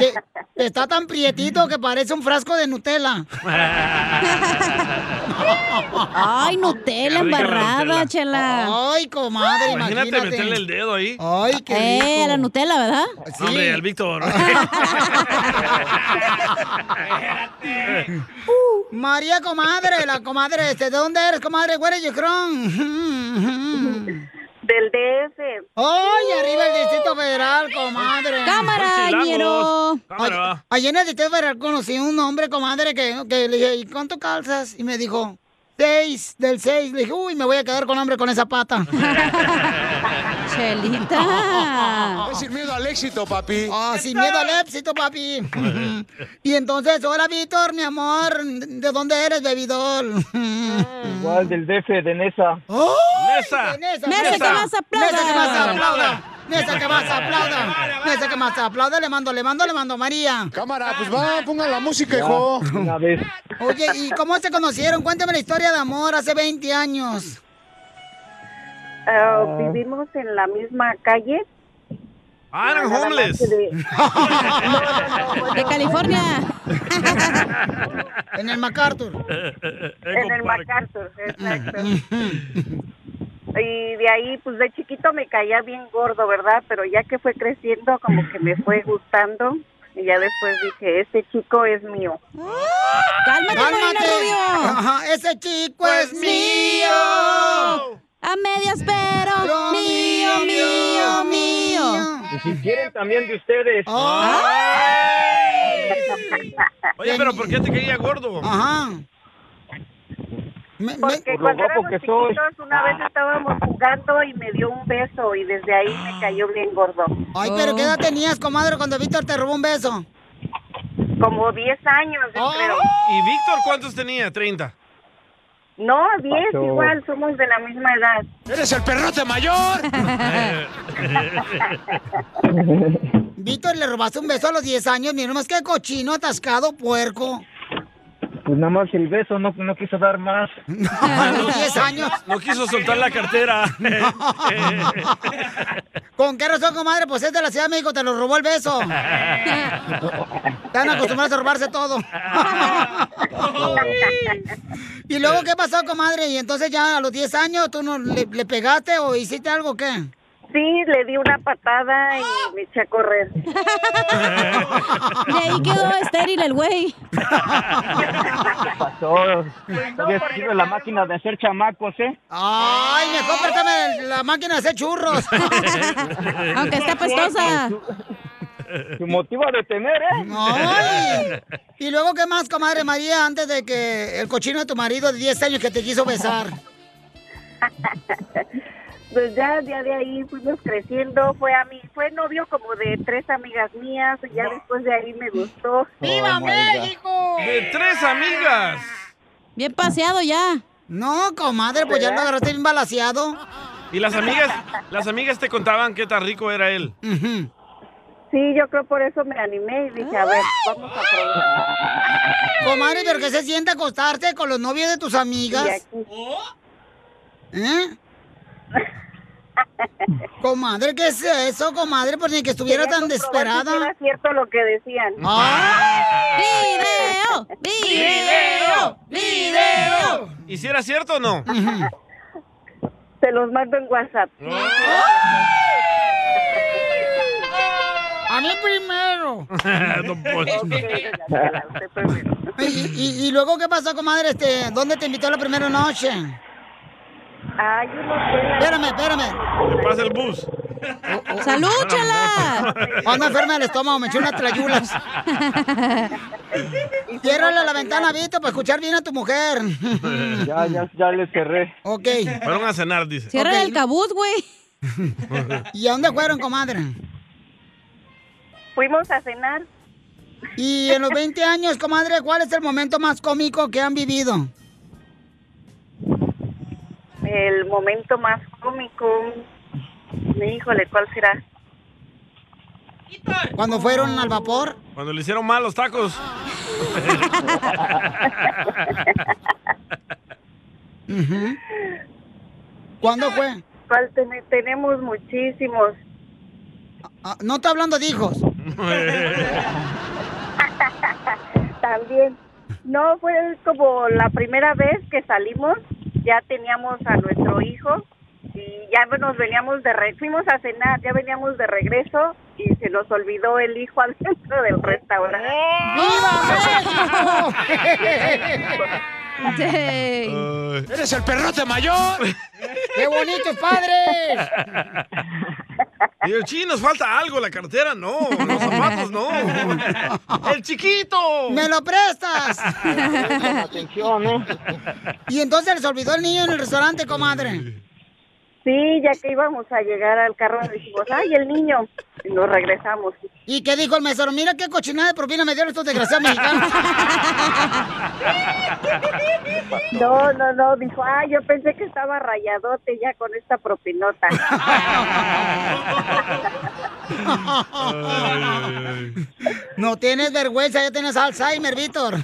S3: Que- que está tan prietito que parece un frasco de Nutella.
S12: Ay, Nutella
S5: Qué rica la
S12: embarrada,
S5: Nutella.
S12: chela.
S3: Ay, comadre,
S5: Imagínate, meterle el dedo ahí.
S3: Ay,
S5: qué
S12: Eh,
S5: rico.
S12: la Nutella, ¿verdad?
S3: Pues
S5: Hombre, al Víctor.
S3: Ah. María, comadre, la comadre, este, ¿de dónde eres, comadre? Where are you from? Del DF. ¡Ay, arriba el Distrito Federal, comadre!
S12: Cámara, Son chilangos. ñero.
S3: Ay-
S12: Cámara.
S3: Allí en el Distrito Federal conocí un hombre, comadre, que, que le dije, ¿y cuánto calzas? Y me dijo, seis, del seis. Le dije, uy, me voy a quedar con hambre con esa pata.
S12: Chelita.
S3: Sin miedo al éxito, papi. Ah, sin miedo al éxito, papi. Y entonces, hola, Víctor, mi amor. ¿De dónde eres, bebidor? Mm.
S23: Igual del DF de Nesa.
S3: ¡Oh!
S23: ¡Nesa!
S3: Nesa,
S23: ¡Nesa, que más aplauda!
S3: Nesa, que más aplauda. Nesa, que más aplauda. Nesa, que más aplauda. Le mando, le mando, le mando, María. Cámara, pues va, ponga la música,
S23: hijo. Una vez.
S3: Oye, ¿y cómo se conocieron? Cuéntame la historia de amor hace 20 años.
S28: Ah, vivimos en la misma calle.
S5: Ah, eran
S28: Nada más
S5: homeless.
S28: que De,
S12: De California.
S3: En el MacArthur.
S5: Eh,
S28: en el MacArthur, exacto. Y de ahí, pues de chiquito me caía bien gordo, ¿verdad? Pero ya que fue creciendo, como que me fue gustando. Y ya después dije, este chico es mío.
S12: ¡Cálmate, Cálmate.
S3: Ajá, ese chico
S5: Pues
S3: es mío.
S12: A medias, pero mío, mío, mío.
S23: Y si quieren también de ustedes.
S5: Oye, pero ¿por qué te caía gordo?
S3: Ajá.
S28: Porque cuando éramos chiquitos, una vez estábamos jugando y me dio un beso. Y desde ahí me cayó bien gordo.
S3: Ay, pero ¿qué edad
S5: Oh.
S3: tenías, comadre, cuando Víctor te robó un beso? Oh.
S28: Como 10 años, yo creo.
S5: ¿Y Víctor cuántos tenía? 30.
S28: No, 10
S5: Pacho.
S28: igual, somos de la misma edad.
S5: ¡Eres el perrote mayor! Eh.
S3: Víctor, le robaste un beso a los 10 años. Mira nomás qué cochino, atascado, puerco.
S18: Pues nada más el beso, no, no quiso dar más.
S3: Diez años.
S5: Ah, No quiso soltar la cartera.
S3: ¿Con qué razón, comadre? Pues es de la Ciudad de México, te lo robó el beso. Están acostumbrados a robarse todo. ¿Y luego qué pasó, comadre? ¿Y entonces ya a los 10 años tú no le, le pegaste o hiciste algo o qué?
S28: Sí, le di una patada y me eché a correr.
S12: Y ahí quedó estéril el güey.
S18: Pasó.
S2: Pues
S18: Había sido la máquina de hacer chamacos, ¿eh?
S3: Ay, mejor préstame la máquina de hacer churros.
S12: Aunque está apestosa.
S18: Su motivo de tener, ¿eh?
S3: Ay. ¿Y luego qué más, comadre María, antes de que el cochino de tu marido de 10 años que te quiso besar?
S28: Pues ya, ya de ahí fuimos creciendo, fue a mí, fue novio como de tres amigas mías, y ya después de ahí me gustó.
S3: ¡Viva México!
S5: De tres amigas.
S12: Bien paseado ya.
S3: No, comadre, pues ya lo agarraste bien balaseado.
S5: Y las amigas, las amigas te contaban qué tan rico era él.
S28: Sí, yo creo por eso me animé y dije, a ver,
S3: Ah.
S28: vamos a probar.
S3: Comadre, pero que se siente acostarte con los novios de tus amigas.
S28: Y aquí-
S3: ¿Eh? Comadre, ¿qué es eso, comadre? Pues ni que estuviera
S28: Quería
S3: tan
S28: comprobar si
S3: desesperada.
S28: Era cierto lo que decían.
S3: Oh. Ah.
S12: ¡Video!
S28: ¡Video! ¡Video!
S5: ¿Y si era cierto o no?
S28: Se los mando en WhatsApp.
S3: Oh. A mí primero.
S5: Don Poncho.
S3: ¿Y, y- y luego qué pasó, comadre? Este, ¿Dónde te invitó la primera noche?
S28: Ay,
S3: Espérame, espérame.
S5: Pasa el bus. Oh,
S3: ¡Salud,
S5: chela!
S3: Ando enferma del estómago, me eché unas trayulas. Ciérrale la ventana, Vito, para escuchar bien a tu mujer.
S18: Ya, ya, ya le cerré.
S3: Ok.
S5: Fueron a cenar, dice.
S3: Cierra
S12: el cabuz, güey.
S3: ¿Y a dónde fueron, comadre?
S28: Fuimos a cenar.
S3: Y en los 20 años, comadre, ¿cuál es el momento más cómico que han vivido?
S28: El momento más cómico. Híjole, ¿cuál será?
S3: ¿Cuando fueron al vapor?
S5: Cuando le hicieron mal los tacos.
S3: Ujú. ¿Cuándo fue?
S28: ¿Cuál ten- tenemos muchísimos.
S3: Ah, no está hablando de hijos.
S28: También. No, fue como la primera vez que salimos, ya teníamos a nuestro hijo y ya nos veníamos de re fuimos a cenar, ya veníamos de regreso y se nos olvidó el hijo adentro del restaurante.
S4: ¡Eres el perrote mayor!
S3: ¡Qué bonitos padres!
S5: Y el chino, nos falta algo, la cartera no, los zapatos no. ¡El chiquito!
S3: ¡Me lo prestas!
S18: Atención, ¿eh?
S3: Y entonces les olvidó el niño en el restaurante, comadre.
S28: Sí, ya que íbamos a llegar al carro dijimos, ay, el niño. Y nos regresamos.
S3: ¿Y qué dijo el mesero? Mira qué cochinada de propina me dieron estos desgraciados mexicanos.
S28: No, no, no, dijo, ay, yo pensé que estaba rayadote ya con esta propinota.
S3: No tienes vergüenza, ya tienes Alzheimer, Víctor.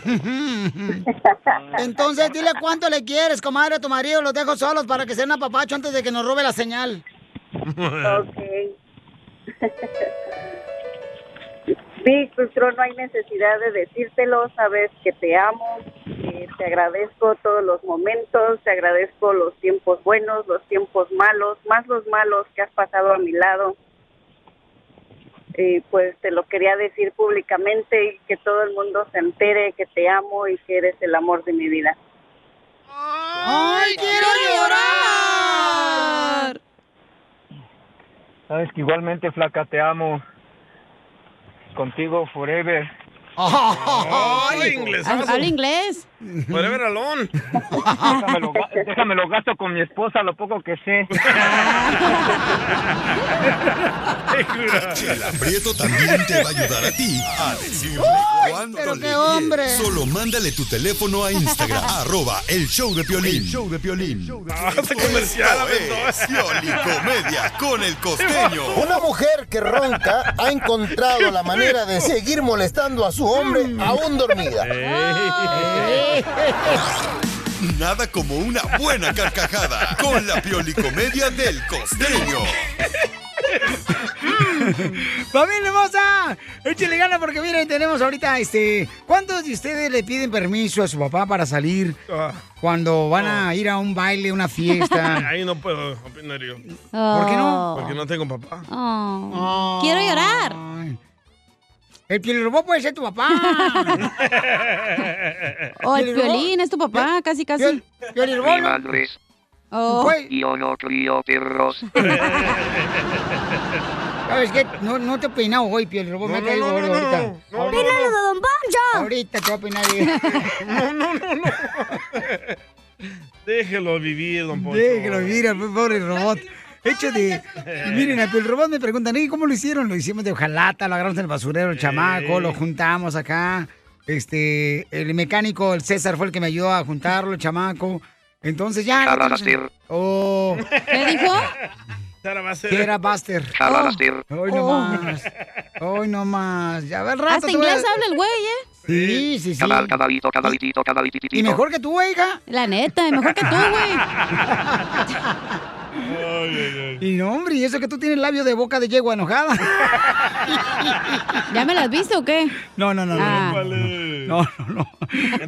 S3: Entonces dile cuánto le quieres, comadre, a tu marido. Los dejo solos para que sean apapacho antes de que nos robe la señal.
S28: Ok. Vic, pues creo no hay necesidad de decírtelo, sabes que te amo, que te agradezco todos los momentos, te agradezco los tiempos buenos, los tiempos malos, más los malos que has pasado a mi lado. Y pues te lo quería decir públicamente y que todo el mundo se entere que te amo y que eres el amor de mi vida.
S3: ¡Ay, quiero llorar!
S18: Sabes que igualmente, flaca, te amo. Contigo forever.
S5: ¡Ay, inglés!
S12: Habla habla inglés.
S5: Forever alone.
S18: Déjame lo, ga- déjame lo gasto con mi esposa, lo poco que sé.
S6: Chela Prieto también te va a ayudar a ti a decirle cuánto
S21: pero
S6: le
S21: qué
S6: quieres.
S21: hombre.
S6: Solo mándale tu teléfono a Instagram, arroba el show de Piolín. show de Piolín.
S5: comercial,
S3: eh.
S6: es Piolicomedia con el costeño.
S14: Una mujer que ronca ha encontrado la manera de seguir molestando a su hombre
S3: Mm.
S14: aún dormida.
S3: Eh,
S6: Nada como una buena carcajada con la Piolicomedia del costeño.
S3: ¡Familia hermosa! Échale gana porque miren, tenemos ahorita este. ¿Cuántos de ustedes le piden permiso a su papá para salir cuando van a ir a un baile, una fiesta?
S5: Ahí no puedo opinar yo.
S3: ¿Por qué no?
S5: Porque no tengo papá.
S3: Oh.
S12: Quiero llorar.
S3: El piolirobó puede ser tu papá.
S12: O Oh, el violín, es tu
S3: ¿Eh?
S12: papá, casi, casi.
S9: Mi madre es-
S12: Oh.
S9: Yo no crío perros.
S3: ¿Sabes qué? No, no te he peinado hoy, piolirobó. me ha caído gordo ahorita.
S4: ¡Pínalo
S3: de Don Poncho! Ahorita te voy a peinar.
S5: No, no, no, no. Déjelo vivir, don Poncho.
S3: Déjalo vivir al pobre robot. Hecho de. Miren, el robot me preguntan, ¿y cómo lo hicieron? Lo hicimos de hojalata, lo agarramos en el basurero, el chamaco, lo juntamos acá. Este, el mecánico, el César, fue el que me ayudó a juntarlo, el chamaco. Entonces ya. lo tenemos en-
S9: Jalalastir.
S3: Oh.
S12: ¿Qué dijo?
S5: Sara va a ser-
S3: Que era Buster. Oh,
S9: Jalalastir.
S20: Ah,
S3: Hoy no más. Hoy no más. Ya va el rato.
S12: Oh. Hasta
S3: te voy a-
S12: inglés habla el güey, ¿eh?
S3: Sí, sí, sí.
S9: Canal, canalito, canalitito, canalititito.
S3: Y mejor que tú, hija.
S12: La neta, mejor que tú, güey.
S3: Y no, hombre, y eso que tú tienes labio de boca de yegua enojada.
S12: ¿Ya me las viste o qué?
S3: No, no, no. no.
S12: Ah.
S3: No, no, no.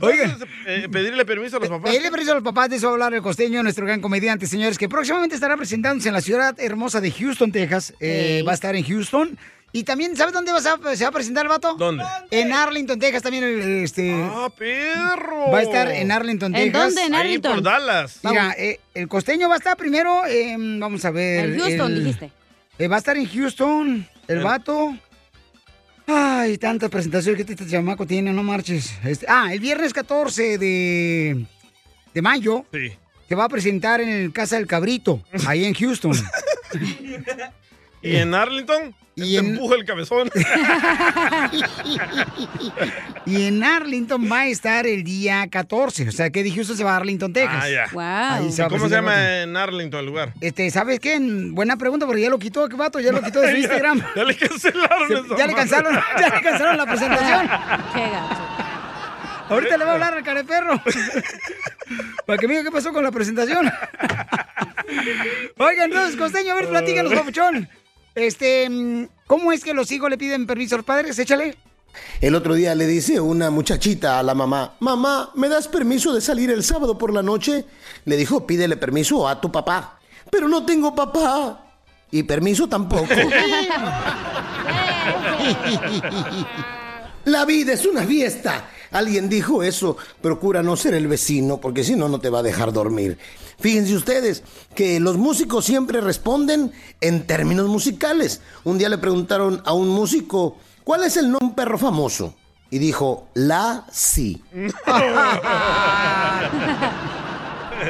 S3: Oigan.
S5: Eh, pedirle permiso a los papás.
S3: Pedirle permiso a los papás de eso va a hablar el costeño, nuestro gran comediante, señores, que próximamente estará presentándose en la ciudad hermosa de Houston, Texas. Eh,
S5: Sí.
S3: Va a estar en Houston. Y también, ¿sabes dónde vas a- se va a presentar el vato?
S5: ¿Dónde?
S3: En Arlington, Texas también. el, Este,
S5: ¡Ah, perro!
S3: Va a estar en Arlington,
S5: ¿En
S3: Texas.
S5: dónde? En Ahí Arlington. por Dallas.
S3: Mira,
S5: Vamos.
S3: eh, el costeño va a estar primero, en- vamos a ver.
S12: En Houston,
S3: el-
S12: dijiste.
S3: eh, va a estar en Houston, el,
S5: Eh.
S3: vato. Ay, tanta presentación que este, este chamaco tiene, no marches. Este- ah, el viernes 14 de, de mayo
S5: Sí.
S3: se va a presentar en el Casa del Cabrito, ahí en Houston.
S5: ¿Y en Arlington?
S3: Y
S5: Te empujo el cabezón.
S3: y en Arlington va a estar el día 14, o sea que de Houston se va a Arlington, Texas.
S5: Ah, ya.
S3: Ahí se va a presentar el
S5: ¿Cómo se
S3: vato.
S5: llama en Arlington el lugar?
S3: Este, ¿sabes qué? Buena pregunta, porque ya lo quitó, qué vato, ya lo quitó de su
S5: Ya-
S3: Instagram.
S5: Ya, le cancelaron
S3: Se-
S5: esa
S3: ya le
S5: madre.
S3: cancelaron, ya le cancelaron la presentación.
S12: Qué gacho.
S3: Ahorita le va a hablar al careperro. Para que me diga qué pasó con la presentación. Oigan, entonces, Costeño, a ver, platícanos, papuchón. Este, mm, ¿cómo es que los hijos le piden permiso a los padres? Échale.
S14: El otro día le dice una muchachita a la mamá, mamá, ¿me das permiso de salir el sábado por la noche? Le dijo, pídele permiso a tu papá. Pero no tengo papá. Y permiso tampoco. la vida es una fiesta. Alguien dijo eso, procura no ser el vecino porque si no, no te va a dejar dormir. Fíjense ustedes que los músicos siempre responden en términos musicales. Un día le preguntaron a un músico, ¿cuál es el nombre de un perro famoso? Y dijo, la sí.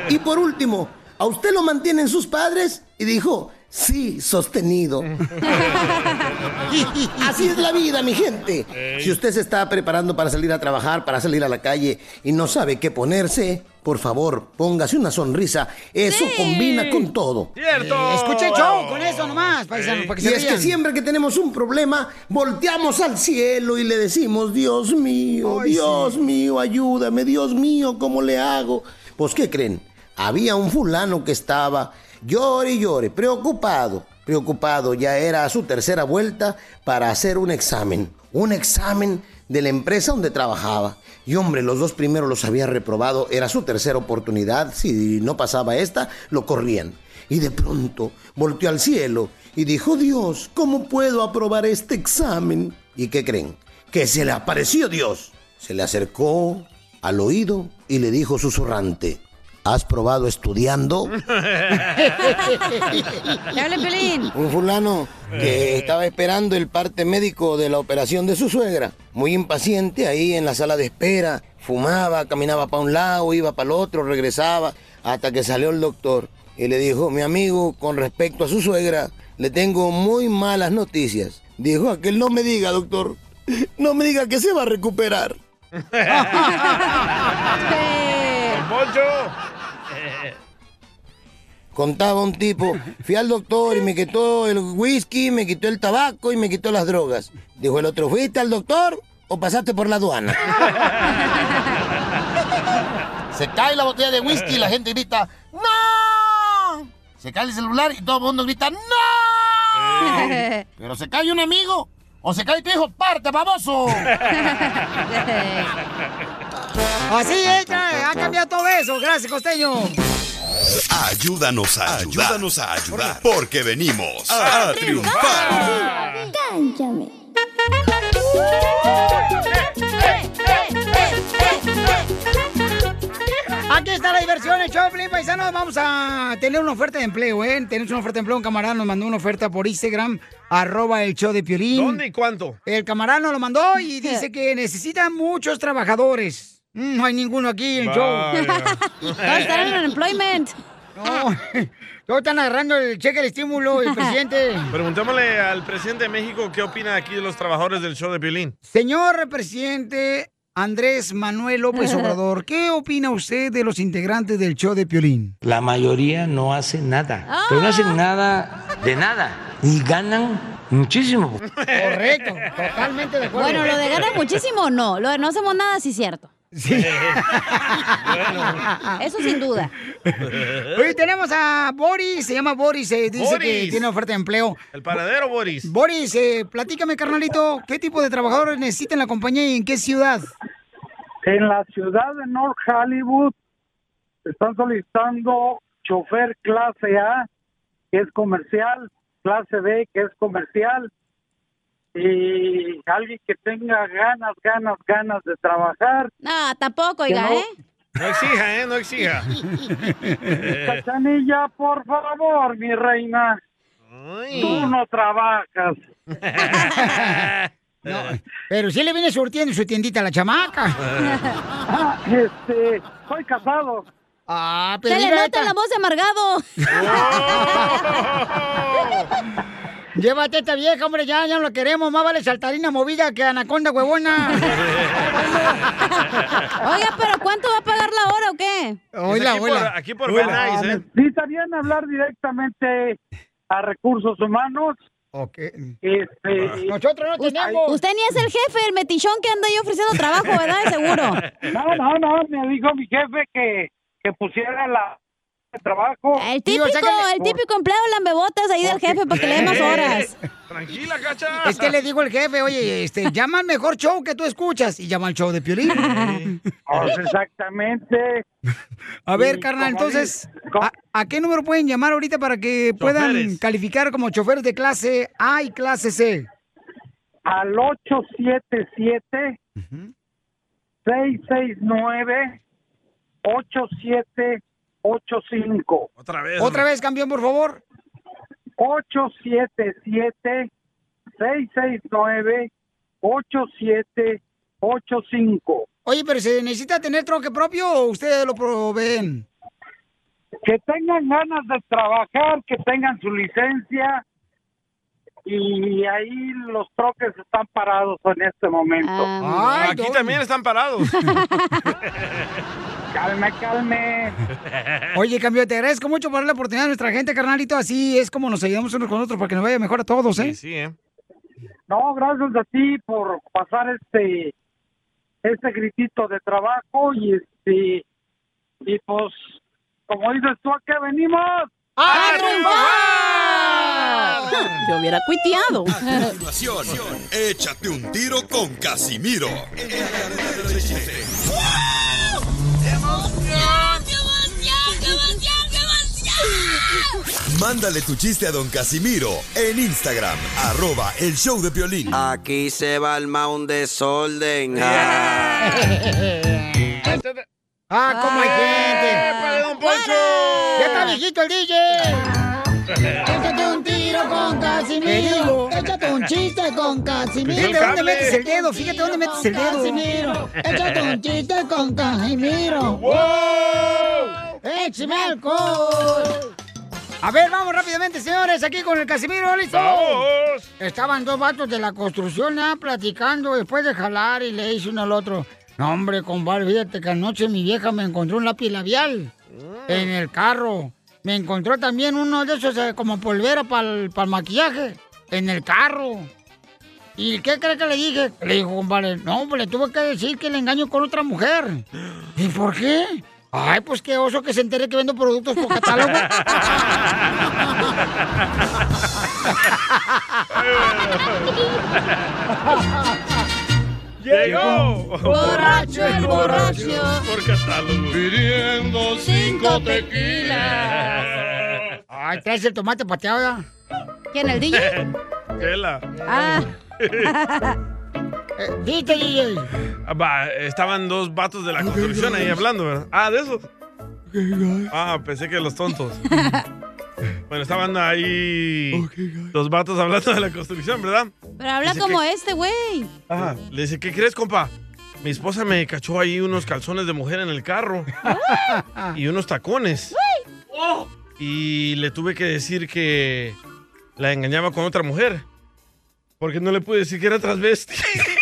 S14: Y por último, ¿a usted lo mantienen sus padres? Y dijo, sí, sostenido. Así es la vida, mi gente. Si usted se está preparando para salir a trabajar, para salir a la calle y no sabe qué ponerse, por favor, póngase una sonrisa. Eso combina con todo.
S3: ¡Cierto! escuché el show con eso nomás, paisanos, para que
S14: Eh, Y
S3: se
S14: es que
S3: rían.
S14: siempre que tenemos un problema, volteamos al cielo y le decimos, Dios mío, Dios mío, ayúdame, Dios mío, ¿cómo le hago? Pues, ¿qué creen? Había un fulano que estaba llore y llore, preocupado, preocupado, ya era su tercera vuelta para hacer un examen, un examen de la empresa donde trabajaba. Y hombre, los dos primeros los había reprobado, era su tercera oportunidad, si no pasaba esta, lo corrían. Y de pronto volteó al cielo y dijo, Dios, ¿cómo puedo aprobar este examen? ¿Y qué creen? Que se le apareció Dios. Se le acercó al oído y le dijo susurrante, ¿has probado estudiando?
S12: Dale, Pelín.
S14: Un fulano que estaba esperando el parte médico de la operación de su suegra, muy impaciente ahí en la sala de espera, fumaba, caminaba para un lado, iba para el otro, regresaba, hasta que salió el doctor y le dijo, mi amigo, con respecto a su suegra, le tengo muy malas noticias. Dijo, aquel no me diga, doctor, No me diga que se va a recuperar. Contaba un tipo, fui al doctor y me quitó el whisky, me quitó el tabaco y me quitó las drogas. Dijo el otro, ¿fuiste al doctor o pasaste por la aduana? Se cae la botella de whisky y la gente grita, ¡No! Se cae el celular y todo el mundo grita, ¡No! Pero se cae un amigo o se cae tu hijo, parte, baboso.
S3: Así es, ya, ha cambiado todo eso. Gracias, costeño.
S6: Ayúdanos a ayudar. Ayúdanos a ayudar. Porque venimos a, triunfar.
S27: Cállame.
S3: Aquí está la diversión, el show, Piolín, paisanos. Vamos a tener una oferta de empleo, ¿eh? Tenemos una oferta de empleo. Un camarada nos mandó una oferta por Instagram, arroba el show de Piolín.
S5: ¿Dónde y cuánto?
S3: El camarada nos lo mandó y dice que necesita muchos trabajadores. Mm, No hay ninguno aquí en el
S4: Vaya.
S3: show.
S12: Todos están en unemployment.
S3: No, todos están agarrando el cheque de estímulo, el presidente.
S5: Preguntémosle al presidente de México qué opina aquí de los trabajadores del show de Piolín.
S3: Señor presidente Andrés Manuel López Obrador, ¿qué opina usted de los integrantes del show de Piolín?
S22: La mayoría no hace nada. Pero no
S14: Ah.
S22: hacen nada de nada. Y ganan muchísimo.
S3: Correcto, totalmente de acuerdo.
S12: Bueno, lo de ganar muchísimo, no. Lo de no hacemos nada, sí, cierto.
S3: Sí.
S12: Eso sin duda.
S23: ¿Eh?
S3: Hoy tenemos a Boris, se llama Boris, eh, dice
S5: Boris.
S3: que tiene oferta de empleo.
S5: El paradero, Boris.
S3: Boris, eh, platícame, carnalito, ¿qué tipo de trabajadores necesita en la compañía y en qué ciudad?
S23: En la ciudad de North Hollywood están solicitando chofer clase A, que es comercial, clase B, que es comercial, y alguien que tenga ganas, ganas, ganas de trabajar.
S12: No, tampoco,
S23: Que
S12: oiga,
S23: no-
S12: ¿eh?
S5: No exija, ¿eh? No exija.
S23: Cachanilla, por favor, mi reina. Tú no trabajas.
S3: Pero sí le viene surtiendo su tiendita a la chamaca.
S23: Ah, este, soy casado.
S3: Ah,
S12: Se le nota la voz de amargado.
S3: Llévate esta vieja, hombre, ya, ya no la queremos. Más vale saltarina movida que anaconda huevona.
S12: Oiga, pero ¿cuánto va a pagar la hora o qué?
S3: Hoy
S12: la
S3: la abuela.
S23: Ah,
S3: ¿eh?
S23: Necesita bien hablar directamente a recursos humanos.
S3: Ok. Ah.
S23: Este,
S3: Nosotros no
S12: tenemos. Pues, Usted ni es el jefe, el metichón que anda ahí ofreciendo trabajo, ¿verdad? De seguro.
S23: No, no, no, me dijo mi jefe que, que pusiera la de trabajo.
S12: El típico, el típico empleo lambebotas ahí del jefe para que le dé más horas.
S5: Eh, Tranquila, cacha.
S3: Eh. Es que le digo al jefe, oye, este, llama al mejor show que tú escuchas. Y llama al show de Piolín.
S23: Pues exactamente.
S3: A ver,
S23: Y
S3: carnal,
S23: como
S3: entonces, ¿a, a qué número pueden llamar ahorita para que puedan
S23: Choferes.
S3: calificar como choferes de clase A y clase C?
S23: Al 877 669 8785.
S5: Otra vez.
S3: Otra vez, campeón, por favor.
S23: 877 669 8785.
S3: Oye, pero ¿se necesita tener troque propio o ustedes lo proveen?
S23: que tengan ganas de trabajar, que tengan su licencia y ahí los troques están parados en este momento.
S5: Ah,
S12: Ah,
S3: Ah,
S5: Aquí también están parados.
S23: Calme, calme.
S3: Oye, cambio, te agradezco mucho por la oportunidad a nuestra gente, carnalito. Así es como nos ayudamos unos con otros para que nos vaya mejor a todos, ¿eh?
S5: Sí, ¿eh?
S23: No, gracias a ti por pasar este este gritito de trabajo y este y pues como dices tú a qué venimos
S4: ¡A
S12: Yo hubiera cuiteado.
S6: Continuación, échate un tiro con Casimiro. Mándale tu chiste a don Casimiro en Instagram, arroba el show de violín.
S20: Aquí se va el mound desorden.
S3: Ah, como hay gente.
S5: don
S3: Poncho! Ya está viejito el DJ. Échate un tiro con Casimiro. Échate un chiste con Casimiro.
S4: Fíjate dónde metes el
S3: dedo, fíjate dónde metes el dedo. Casimiro.
S4: Échate un
S3: chiste con Casimiro.
S4: ¡Wow!
S3: ¡Échame alcohol! A ver, vamos rápidamente, señores, aquí con el Casimiro, ¿listo?
S5: ¡Vamos!
S3: Estaban dos vatos de la construcción ah, platicando después de jalar y le dice uno al otro, no hombre, compadre, fíjate que anoche mi vieja me encontró un lápiz labial en el carro. Me encontró también uno de esos eh, como polvera para el maquillaje en el carro. ¿Y qué cree que le dije? Le dijo, compadre, no, pues le tuve que decir que le engaño con otra mujer. ¿Y por qué? Ay, pues qué oso que se entere que vendo productos por catálogo.
S4: Llegó
S5: Borracho
S4: el borracho.
S5: Por catálogo. Pidiendo cinco tequilas.
S3: Ay, traes el tomate pateado ya.
S12: ¿Quién, el DJ?
S5: Chela.
S12: Ah.
S3: Dite, DJ.
S5: Ah, va, estaban dos vatos
S3: Ah,
S5: de la construcción ahí hablando, ¿verdad? Ah, de esos. Ah, pensé que los tontos. Bueno, estaban ahí
S3: Oh,
S5: los vatos hablando de la construcción, ¿verdad?
S12: Pero habla
S5: Dice
S12: como
S5: que-
S12: este, güey.
S5: Ajá. Le dice, ¿qué crees, compa? Mi esposa me cachó ahí unos calzones de mujer en el carro y unos tacones. Y le tuve que decir que la engañaba con otra mujer. Porque no le pude decir que era transvesti.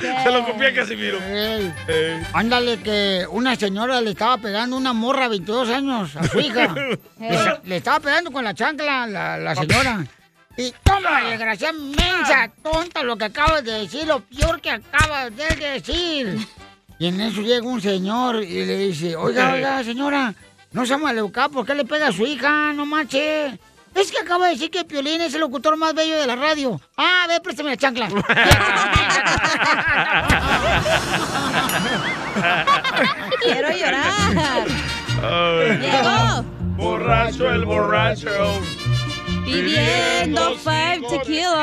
S5: Se lo copié a Casimiro.
S3: Ey. Ándale, que una señora le estaba pegando una morra de 22 años a su hija. le, le estaba pegando con la chancla la, la señora. Y toma, desgraciada mensa, tonta, lo que acabas de decir, lo peor que acabas de decir. Y en eso llega un señor y le dice, oiga, oiga, señora, no se maleducada, ¿por qué le pega a su hija? No manche. Es que acaba de decir que Piolín es el locutor más bello de la radio. Ah, a ver, préstame la chancla.
S4: Quiero llorar.
S12: Llegó.
S5: Borracho el borracho.
S12: Pidiendo five tequilas.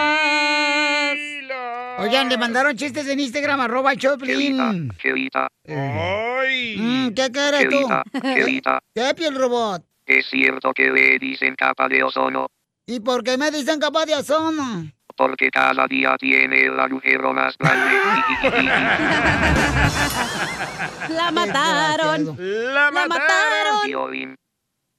S3: Oigan, le mandaron chistes en Instagram, arroba el Choplin.
S20: Chelita,
S3: Mm, ¿Qué quieres tú?
S20: Chelita, Chelita.
S3: ¿Qué, piel robot?
S20: Es cierto que le dicen capa de ozono,
S3: ¿Y por qué me dicen capaz de asomo?
S20: porque cada día tiene el agujero más grande.
S12: La mataron.
S5: La
S12: mataron.
S20: Violín.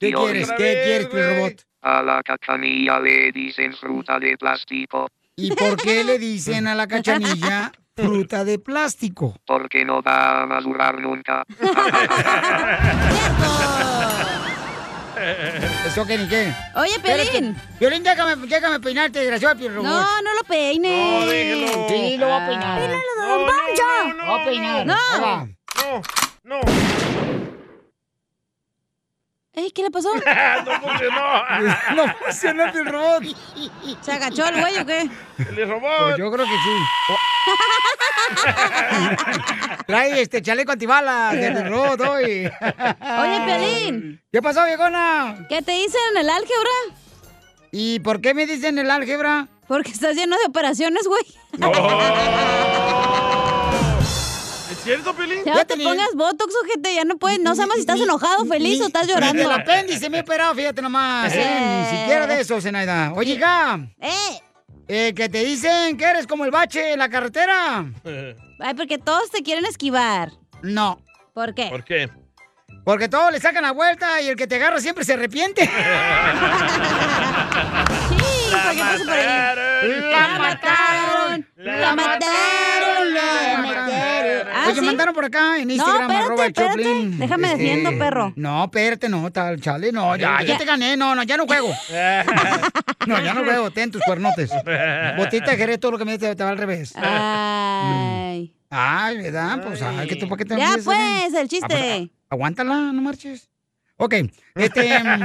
S3: ¿Qué
S20: Violín.
S3: quieres? ¿Qué quieres, piel robot?
S20: A la cachanilla le dicen fruta de plástico,
S3: ¿Y por qué le dicen a la cachanilla fruta de plástico?
S20: porque no va a madurar nunca.
S3: ¿Eso qué ni qué?
S12: Oye, Pelín.
S3: Violín, déjame, déjame peinarte, desgraciado, piel robot.
S12: No, no lo peines.
S3: No, déjelo. Sí, lo voy a peinar.
S12: Peínalo,
S3: No, no,
S12: don Poncho.
S3: no, no, Voy a peinar.
S12: No.
S3: Ahí va.
S5: No, no.
S12: Ey, Eh, ¿qué le pasó?
S5: no funcionó.
S3: no funcionó el robot.
S12: ¿Se agachó el güey o qué?
S5: El
S3: Pues
S5: robot.
S3: yo creo que sí. Trae este chaleco antibalas del robot hoy.
S12: Oye, Pelín.
S3: ¿Qué pasó, viejona?
S12: ¿Qué te dicen en el álgebra?
S3: ¿Y por qué me dicen el álgebra?
S12: Porque estás lleno de operaciones, güey.
S5: ¿Es cierto, Pelín?
S12: Ya te pongas botox, ojete, ya no puedes, no sabemos si estás enojado, feliz o estás llorando.
S3: Ni del apéndice me he operado, fíjate nomás. ¿eh? Ni siquiera de eso, Zenaida. Oye, ya.
S12: Eh.
S3: que te dicen que eres como el bache en la carretera.
S12: Ay, porque todos te quieren esquivar.
S3: No.
S12: ¿Por qué?
S5: ¿Por qué?
S3: Porque todos le sacan la vuelta y el que te agarra siempre se arrepiente.
S12: porque pasa por ahí.
S3: La mataron. La mataron. La mataron.
S12: Ah,
S3: Oye,
S12: ¿sí?
S3: mandaron por acá en
S12: No,
S3: Instagram,
S12: espérate,
S3: arroba el
S12: espérate.
S3: Choplin. Este,
S12: Déjame defiendo, perro.
S3: No, espérate, no, tal, chale, no, ya, ya te gané, no, no, ya no juego. No, ya no juego, ten tus cuernotes. Botita de Jerez, todo lo que me dices te va al revés.
S12: Ah. Ay.
S3: Ay, ¿verdad? Pues, ay, que tú, ¿para qué te
S12: Ya,
S3: ríes, Adrián?
S12: pues, el chiste.
S3: Ah, pues, a- aguántala, no marches. Ok, este, mm,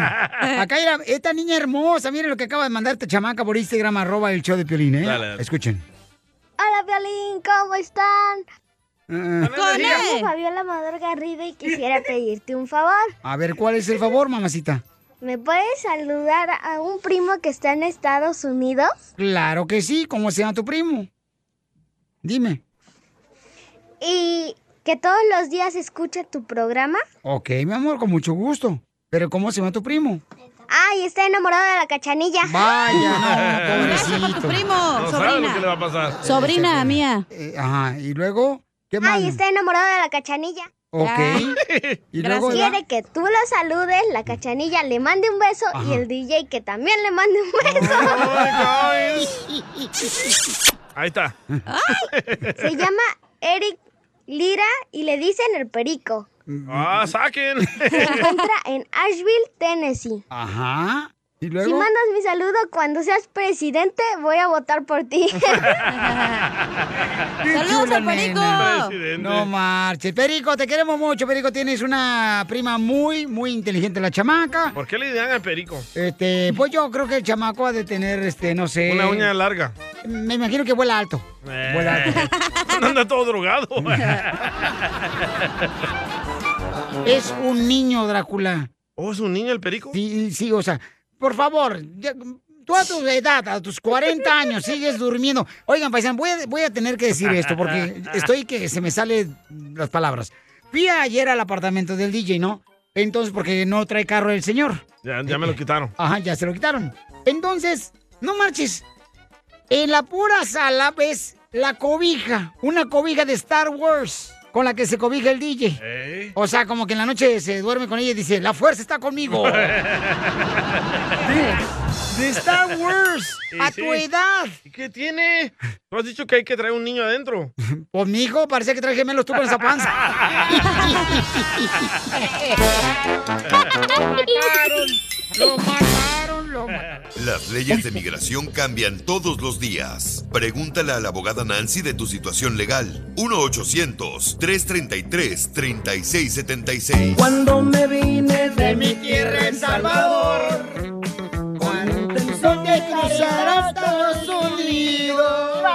S3: acá era esta niña hermosa, miren lo que acaba de mandarte, chamaca, por Instagram, arroba el show de Piolín, ¿eh?
S5: Dale, dale.
S3: Escuchen.
S27: Hola, Violín, ¿cómo están?
S3: Eh,
S27: Me llamo Fabiola Amador Garrido y quisiera pedirte un favor.
S3: a ver, ¿cuál es el favor, mamacita?
S27: ¿Me puedes saludar a un primo que está en Estados Unidos?
S3: Claro que sí, ¿cómo se llama tu primo? Dime.
S27: Y que todos los días escucha tu programa.
S3: Ok, mi amor, con mucho gusto. Pero ¿cómo se llama tu primo?
S27: Ay, está enamorado de la cachanilla.
S3: Vaya, no, pobrecito.
S12: Primo,
S5: No sabe lo
S12: sobrina.
S5: que le va a pasar.
S12: Sobrina mía.
S3: Eh, ajá, y luego, ¿Qué
S27: Ay, este- está enamorado de la cachanilla.
S3: Ok. y luego ya-
S27: Quiere que tú lo saludes, la cachanilla le mande un beso y el DJ que también le mande un beso.
S5: Ahí está.
S27: Se llama Eric Lira y le dicen el perico.
S5: ¡Ah, saquen!
S27: Se encuentra en Asheville, Tennessee.
S3: Ajá. Y
S27: Si
S3: luego.
S27: mandas mi saludo cuando seas presidente, voy a votar por ti.
S3: ¡Qué
S27: ¡Saludos
S3: chula
S27: al Perico!
S3: nena!
S27: Presidente.
S3: No marches. Perico, te queremos mucho. Perico, tienes una prima muy, muy inteligente, la chamaca.
S5: ¿Por qué le dan al perico?
S3: Este, pues yo creo que el chamaco ha de tener, este, no sé.
S5: Una uña larga.
S3: Me imagino que vuela alto.
S5: Eh,
S3: Vuela alto.
S5: Anda todo drogado.
S3: Es un niño, Drácula. ¿Oh, es un niño el perico? Sí, sí, o sea, por favor, ya- tú a tu edad, a tus 40 años, sigues durmiendo. Oigan, paisan, voy a, voy a tener que decir esto porque estoy que se me salen las palabras. Fui ayer al apartamento del DJ, ¿no? Entonces, porque no trae carro el señor.
S5: Ya, ya me lo quitaron.
S3: Ajá, ya se lo quitaron. Entonces, no marches. En la pura sala ves la cobija, una cobija de Star Wars con la que se cobija el DJ. O sea, como que en la noche se duerme con ella y dice, la fuerza está conmigo. De Star Wars,
S5: Sí,
S3: a
S5: sí.
S3: tu edad.
S5: ¿Y qué tiene? Tú has dicho que hay que traer un niño adentro.
S3: Pues mi hijo parece que trae gemelos tú con esa panza. Lo mataron, lo mataron.
S6: Las leyes de migración cambian todos los días. Pregúntale a la abogada Nancy de tu situación legal. 1-800-333-3676.
S4: Cuando me vine de mi tierra El Salvador,
S3: Son que cruzará Estados Unidos.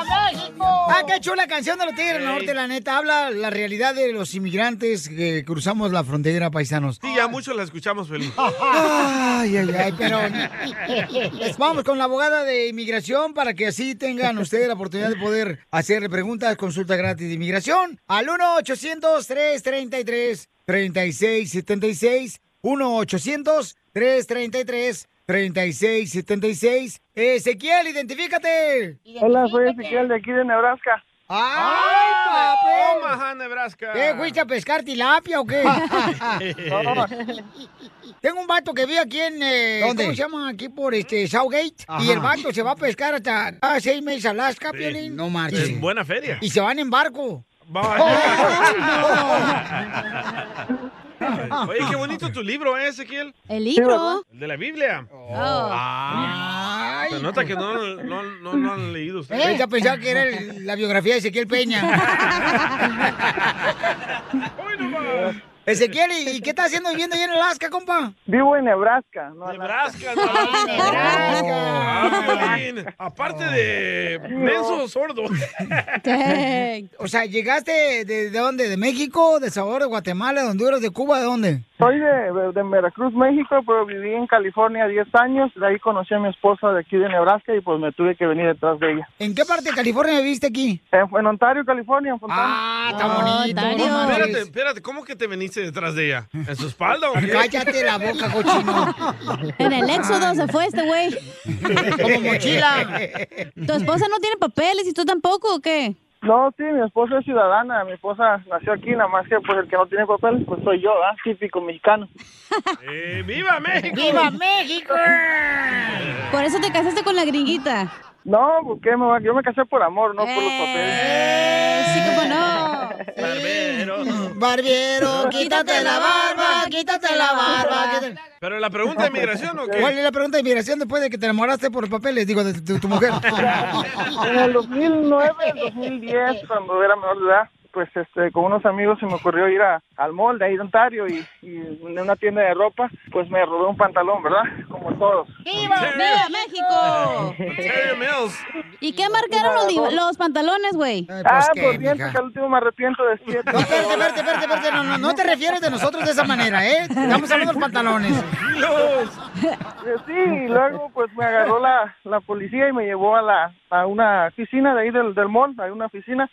S3: Ah, qué chula canción de los Tigres del Norte, la neta. Habla la realidad de los inmigrantes que cruzamos la frontera, paisanos.
S5: Sí, ya muchos la escuchamos, Felipe.
S3: Ay, ay, ay, pero pues vamos con la abogada de inmigración para que así tengan ustedes la oportunidad de poder hacerle preguntas, consulta gratis de inmigración al 1-800-333-3676, 1-800-333-3676. Ezequiel, identifícate.
S21: Hola, soy Ezequiel de aquí de Nebraska.
S3: ¡Ay, papel!
S5: Omaha, Nebraska.
S3: ¿Qué, fuiste a pescar tilapia o qué? Tengo un vato que vive aquí en... eh,
S4: ¿Dónde?
S3: ¿Cómo se llama? Aquí por este, Southgate.
S5: Ajá.
S3: Y el vato se va a pescar hasta cada seis meses a Alaska, Piolín. No marches.
S5: En buena feria.
S3: Y Oh, se van en barco.
S5: Oye, qué bonito tu libro, ¿eh, Ezequiel?
S12: El libro.
S5: El de la Biblia.
S3: Oh.
S5: Ah, se nota que no, no, no, no han leído ustedes.
S3: Ella Eh, pensaba que era el- la biografía de Ezequiel Peña. Ezequiel, ¿y y qué estás haciendo viviendo allá en Alaska, compa?
S21: Vivo en Nebraska. No,
S5: Nebraska, no. Ah, Piolín, Aparte de
S3: Oh.
S5: menso sordo.
S3: o sea, ¿llegaste de, de dónde? ¿De México, de Salvador, de Guatemala, de Honduras, de Cuba? ¿De dónde?
S21: Soy de, de Veracruz, México, pero viví en California 10 años. De ahí conocí a mi esposa de aquí de Nebraska y pues me tuve que venir detrás de ella.
S3: ¿En qué parte de California viviste aquí?
S21: En, en Ontario, California, en Fontana.
S3: Ah, está bonito. no mames.
S5: espérate, espérate, ¿cómo que te veniste detrás de ella? ¿En su espalda o qué?
S3: Cállate la boca, cochino.
S12: En el éxodo se fue este güey.
S3: Como mochila.
S12: ¿Tu esposa no tiene papeles y tú tampoco o qué?
S21: No, sí, mi esposa es ciudadana, mi esposa nació aquí, nada más que pues el que no tiene papeles, pues soy yo, ¿ah? Típico mexicano.
S5: Eh, ¡Viva México!
S3: ¡Viva México!
S12: Por eso te casaste con la gringuita.
S21: No, porque me va- yo me casé por amor, no por los papeles.
S12: Eh, Sí, cómo no.
S3: Barbiero, quítate la barba, quítate la barba. quítate-
S5: Pero la pregunta de migración o qué?
S3: ¿Cuál es la pregunta de inmigración después de que te enamoraste por papeles? Digo, de tu, tu mujer.
S21: En el 2009, el 2010, cuando era menor de edad, pues este, con unos amigos se me ocurrió ir a- al mall de ahí de Ontario y, y en una tienda de ropa, pues me robé un pantalón, ¿verdad? Como todos.
S12: ¡Viva, México! ¿Y qué marcaron los, di- los pantalones, güey?
S21: Ah, pues bien, que al último me arrepiento de siete.
S3: No, espérate, espérate, espérate, espérate. No, no, no te refieres de nosotros de esa manera, ¿eh? Estamos hablando de los pantalones.
S21: Eh, Sí, y luego pues me agarró la, la policía y me llevó a la a una oficina de ahí del, del mall, hay una oficina,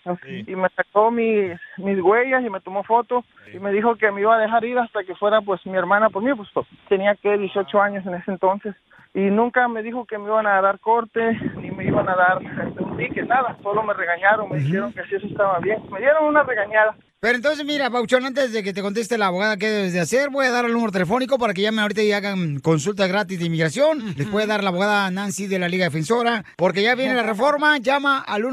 S21: y me sacó mis, mis huellas y me tomó fotos y me dijo que me iba a dejar ir hasta que fuera pues mi hermana por mí, pues pues, tenía que 18 años en ese entonces y nunca me dijo que me iban a dar corte ni me me iban a dar este, un ticket, nada, solo me regañaron, me dijeron que si eso estaba bien, me dieron una regañada.
S3: Pero entonces, mira, Pauchón, antes de que te conteste la abogada qué debes de hacer, voy a dar el número telefónico para que llamen ahorita y hagan consulta gratis de inmigración. Les puede dar la abogada Nancy de la Liga Defensora, porque ya viene la reforma. Llama al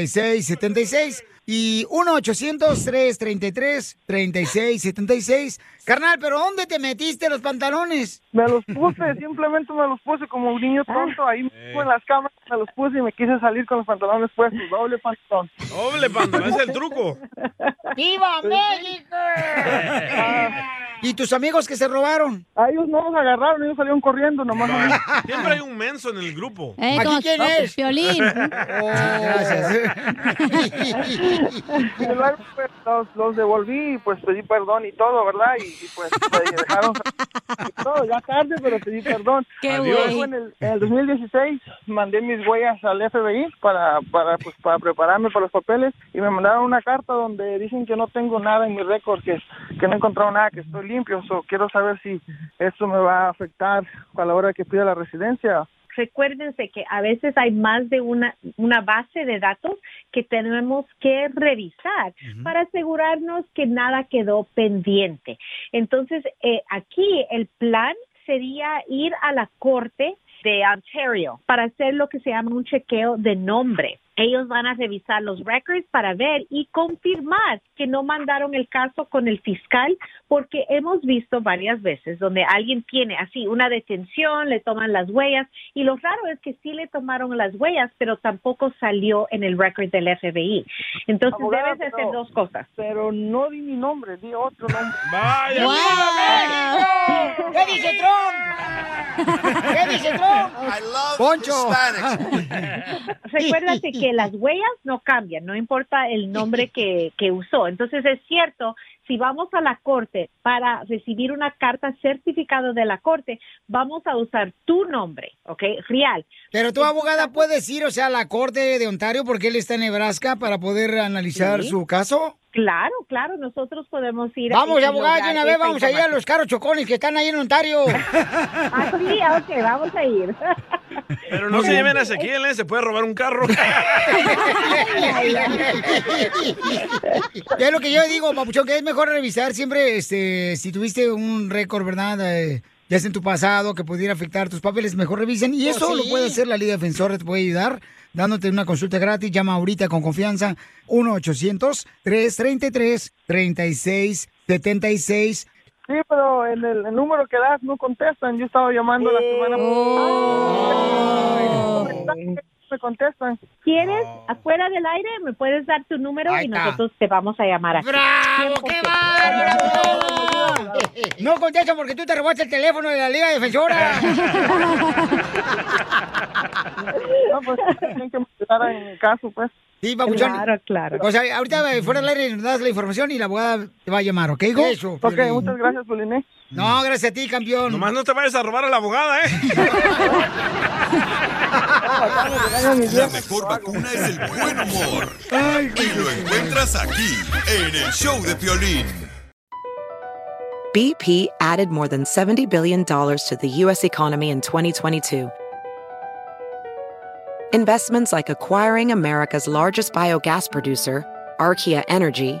S3: 1-800-333-3676 y 1-800-333-3676. Carnal, ¿pero dónde te metiste los pantalones?
S21: Me los puse, simplemente me los puse como un niño
S5: Ah.
S21: tonto, ahí mismo en las cámaras me los puse y me quise salir con los pantalones puestos, doble pantalón.
S5: Doble pantalón, ese es el truco.
S3: ¡Viva México! ¿Y tus amigos que se robaron?
S21: A ellos no los agarraron, ellos salieron corriendo nomás. a mí.
S5: Siempre hay un menso en el grupo.
S21: Eh, ¿Aquí como- quién oh, es?
S29: Piolín.
S21: Y luego, pues, los, los devolví y pues pedí perdón y todo, ¿verdad? Y, y, pues me dejaron y todo, ya tarde, pero pedí perdón.
S4: Qué
S21: Y
S4: güey.
S21: luego en el, en el 2016 mandé mis huellas al FBI para, para, pues, para prepararme para los papeles y me mandaron una carta donde dicen que no tengo nada en mi récord, que, que no he encontrado nada, que estoy limpio. So, quiero saber si esto me va a afectar a la hora que pida la residencia.
S10: Recuérdense que a veces hay más de una, una base de datos que tenemos que revisar para asegurarnos que nada quedó pendiente. Entonces, eh, aquí el plan sería ir a la corte de Ontario para hacer lo que se llama un chequeo de nombre. Ellos van a revisar los records para ver y confirmar que no mandaron el caso con el fiscal, porque hemos visto varias veces donde alguien tiene así una detención, le toman las huellas y lo raro es que sí le tomaron las huellas, pero tampoco salió en el record del FBI. Entonces
S21: Abogada,
S10: debes de hacer
S21: pero-
S10: dos cosas.
S21: Pero no di mi nombre, di otro nombre.
S5: ¡Vaya!
S4: ¡Viva
S3: ¿Qué dice Trump? ¿Qué dice Trump? Poncho.
S10: Recuérdate que las huellas no cambian, no importa el nombre que, que usó. Entonces es cierto, si vamos a la corte para recibir una carta certificada de la corte, vamos a usar tu nombre, ¿ok? Real.
S3: Pero tu abogada
S10: pues,
S3: puede ir, o sea, a la corte de Ontario porque él está en Nebraska para poder analizar
S10: Sí.
S3: su caso.
S10: Claro, claro, nosotros podemos ir.
S3: Vamos,
S10: y
S3: abogada, de
S10: lograr
S3: una vez
S10: esa
S3: vamos allá a los caros chocones que están ahí en Ontario.
S10: Ah, Sí, ok, vamos a ir.
S5: Pero no se lleven a Ezequiel, ¿eh? Se puede robar un carro.
S3: Ya es lo que yo digo, Papuchón, que es mejor revisar siempre, este, si tuviste un récord, ¿verdad? Eh, ya sea en tu pasado, que pudiera afectar tus papeles, mejor revisen. Y
S7: Oh,
S3: eso lo
S7: sí.
S3: puede hacer la Liga Defensora, te puede ayudar, dándote una consulta gratis. Llama ahorita con confianza, 1-800-333-3676.
S21: Sí, pero en el, el número que das no contestan. Yo estaba llamando la semana pasada. Me contestan.
S10: ¿Quieres, afuera del aire, me puedes dar tu número y nosotros te vamos a llamar aquí?
S3: ¡Bravo! ¡Qué bárbaro! Ah, No contestan porque tú te robaste el teléfono de la Liga Defensora.
S21: No, pues tienen que mandar en el caso, pues.
S3: Sí, Papuchón.
S21: Claro, claro.
S3: O sea, ahorita eh, fuera del aire nos das la información y la abogada te va a llamar, ¿ok, hijo?
S5: Eso,
S3: Ok,
S5: Piolín.
S3: muchas ¿eh?
S21: gracias, Poliné.
S3: No, gracias a ti, campeón.
S5: Nomás no te vayas a robar a la abogada, ¿eh?
S6: La mejor vacuna es el buen humor. Y lo encuentras aquí, en el show de Piolín.
S1: BP added more than $70 billion to the U.S. economy in 2022. Investments like acquiring America's largest biogas producer, Archaea Energy,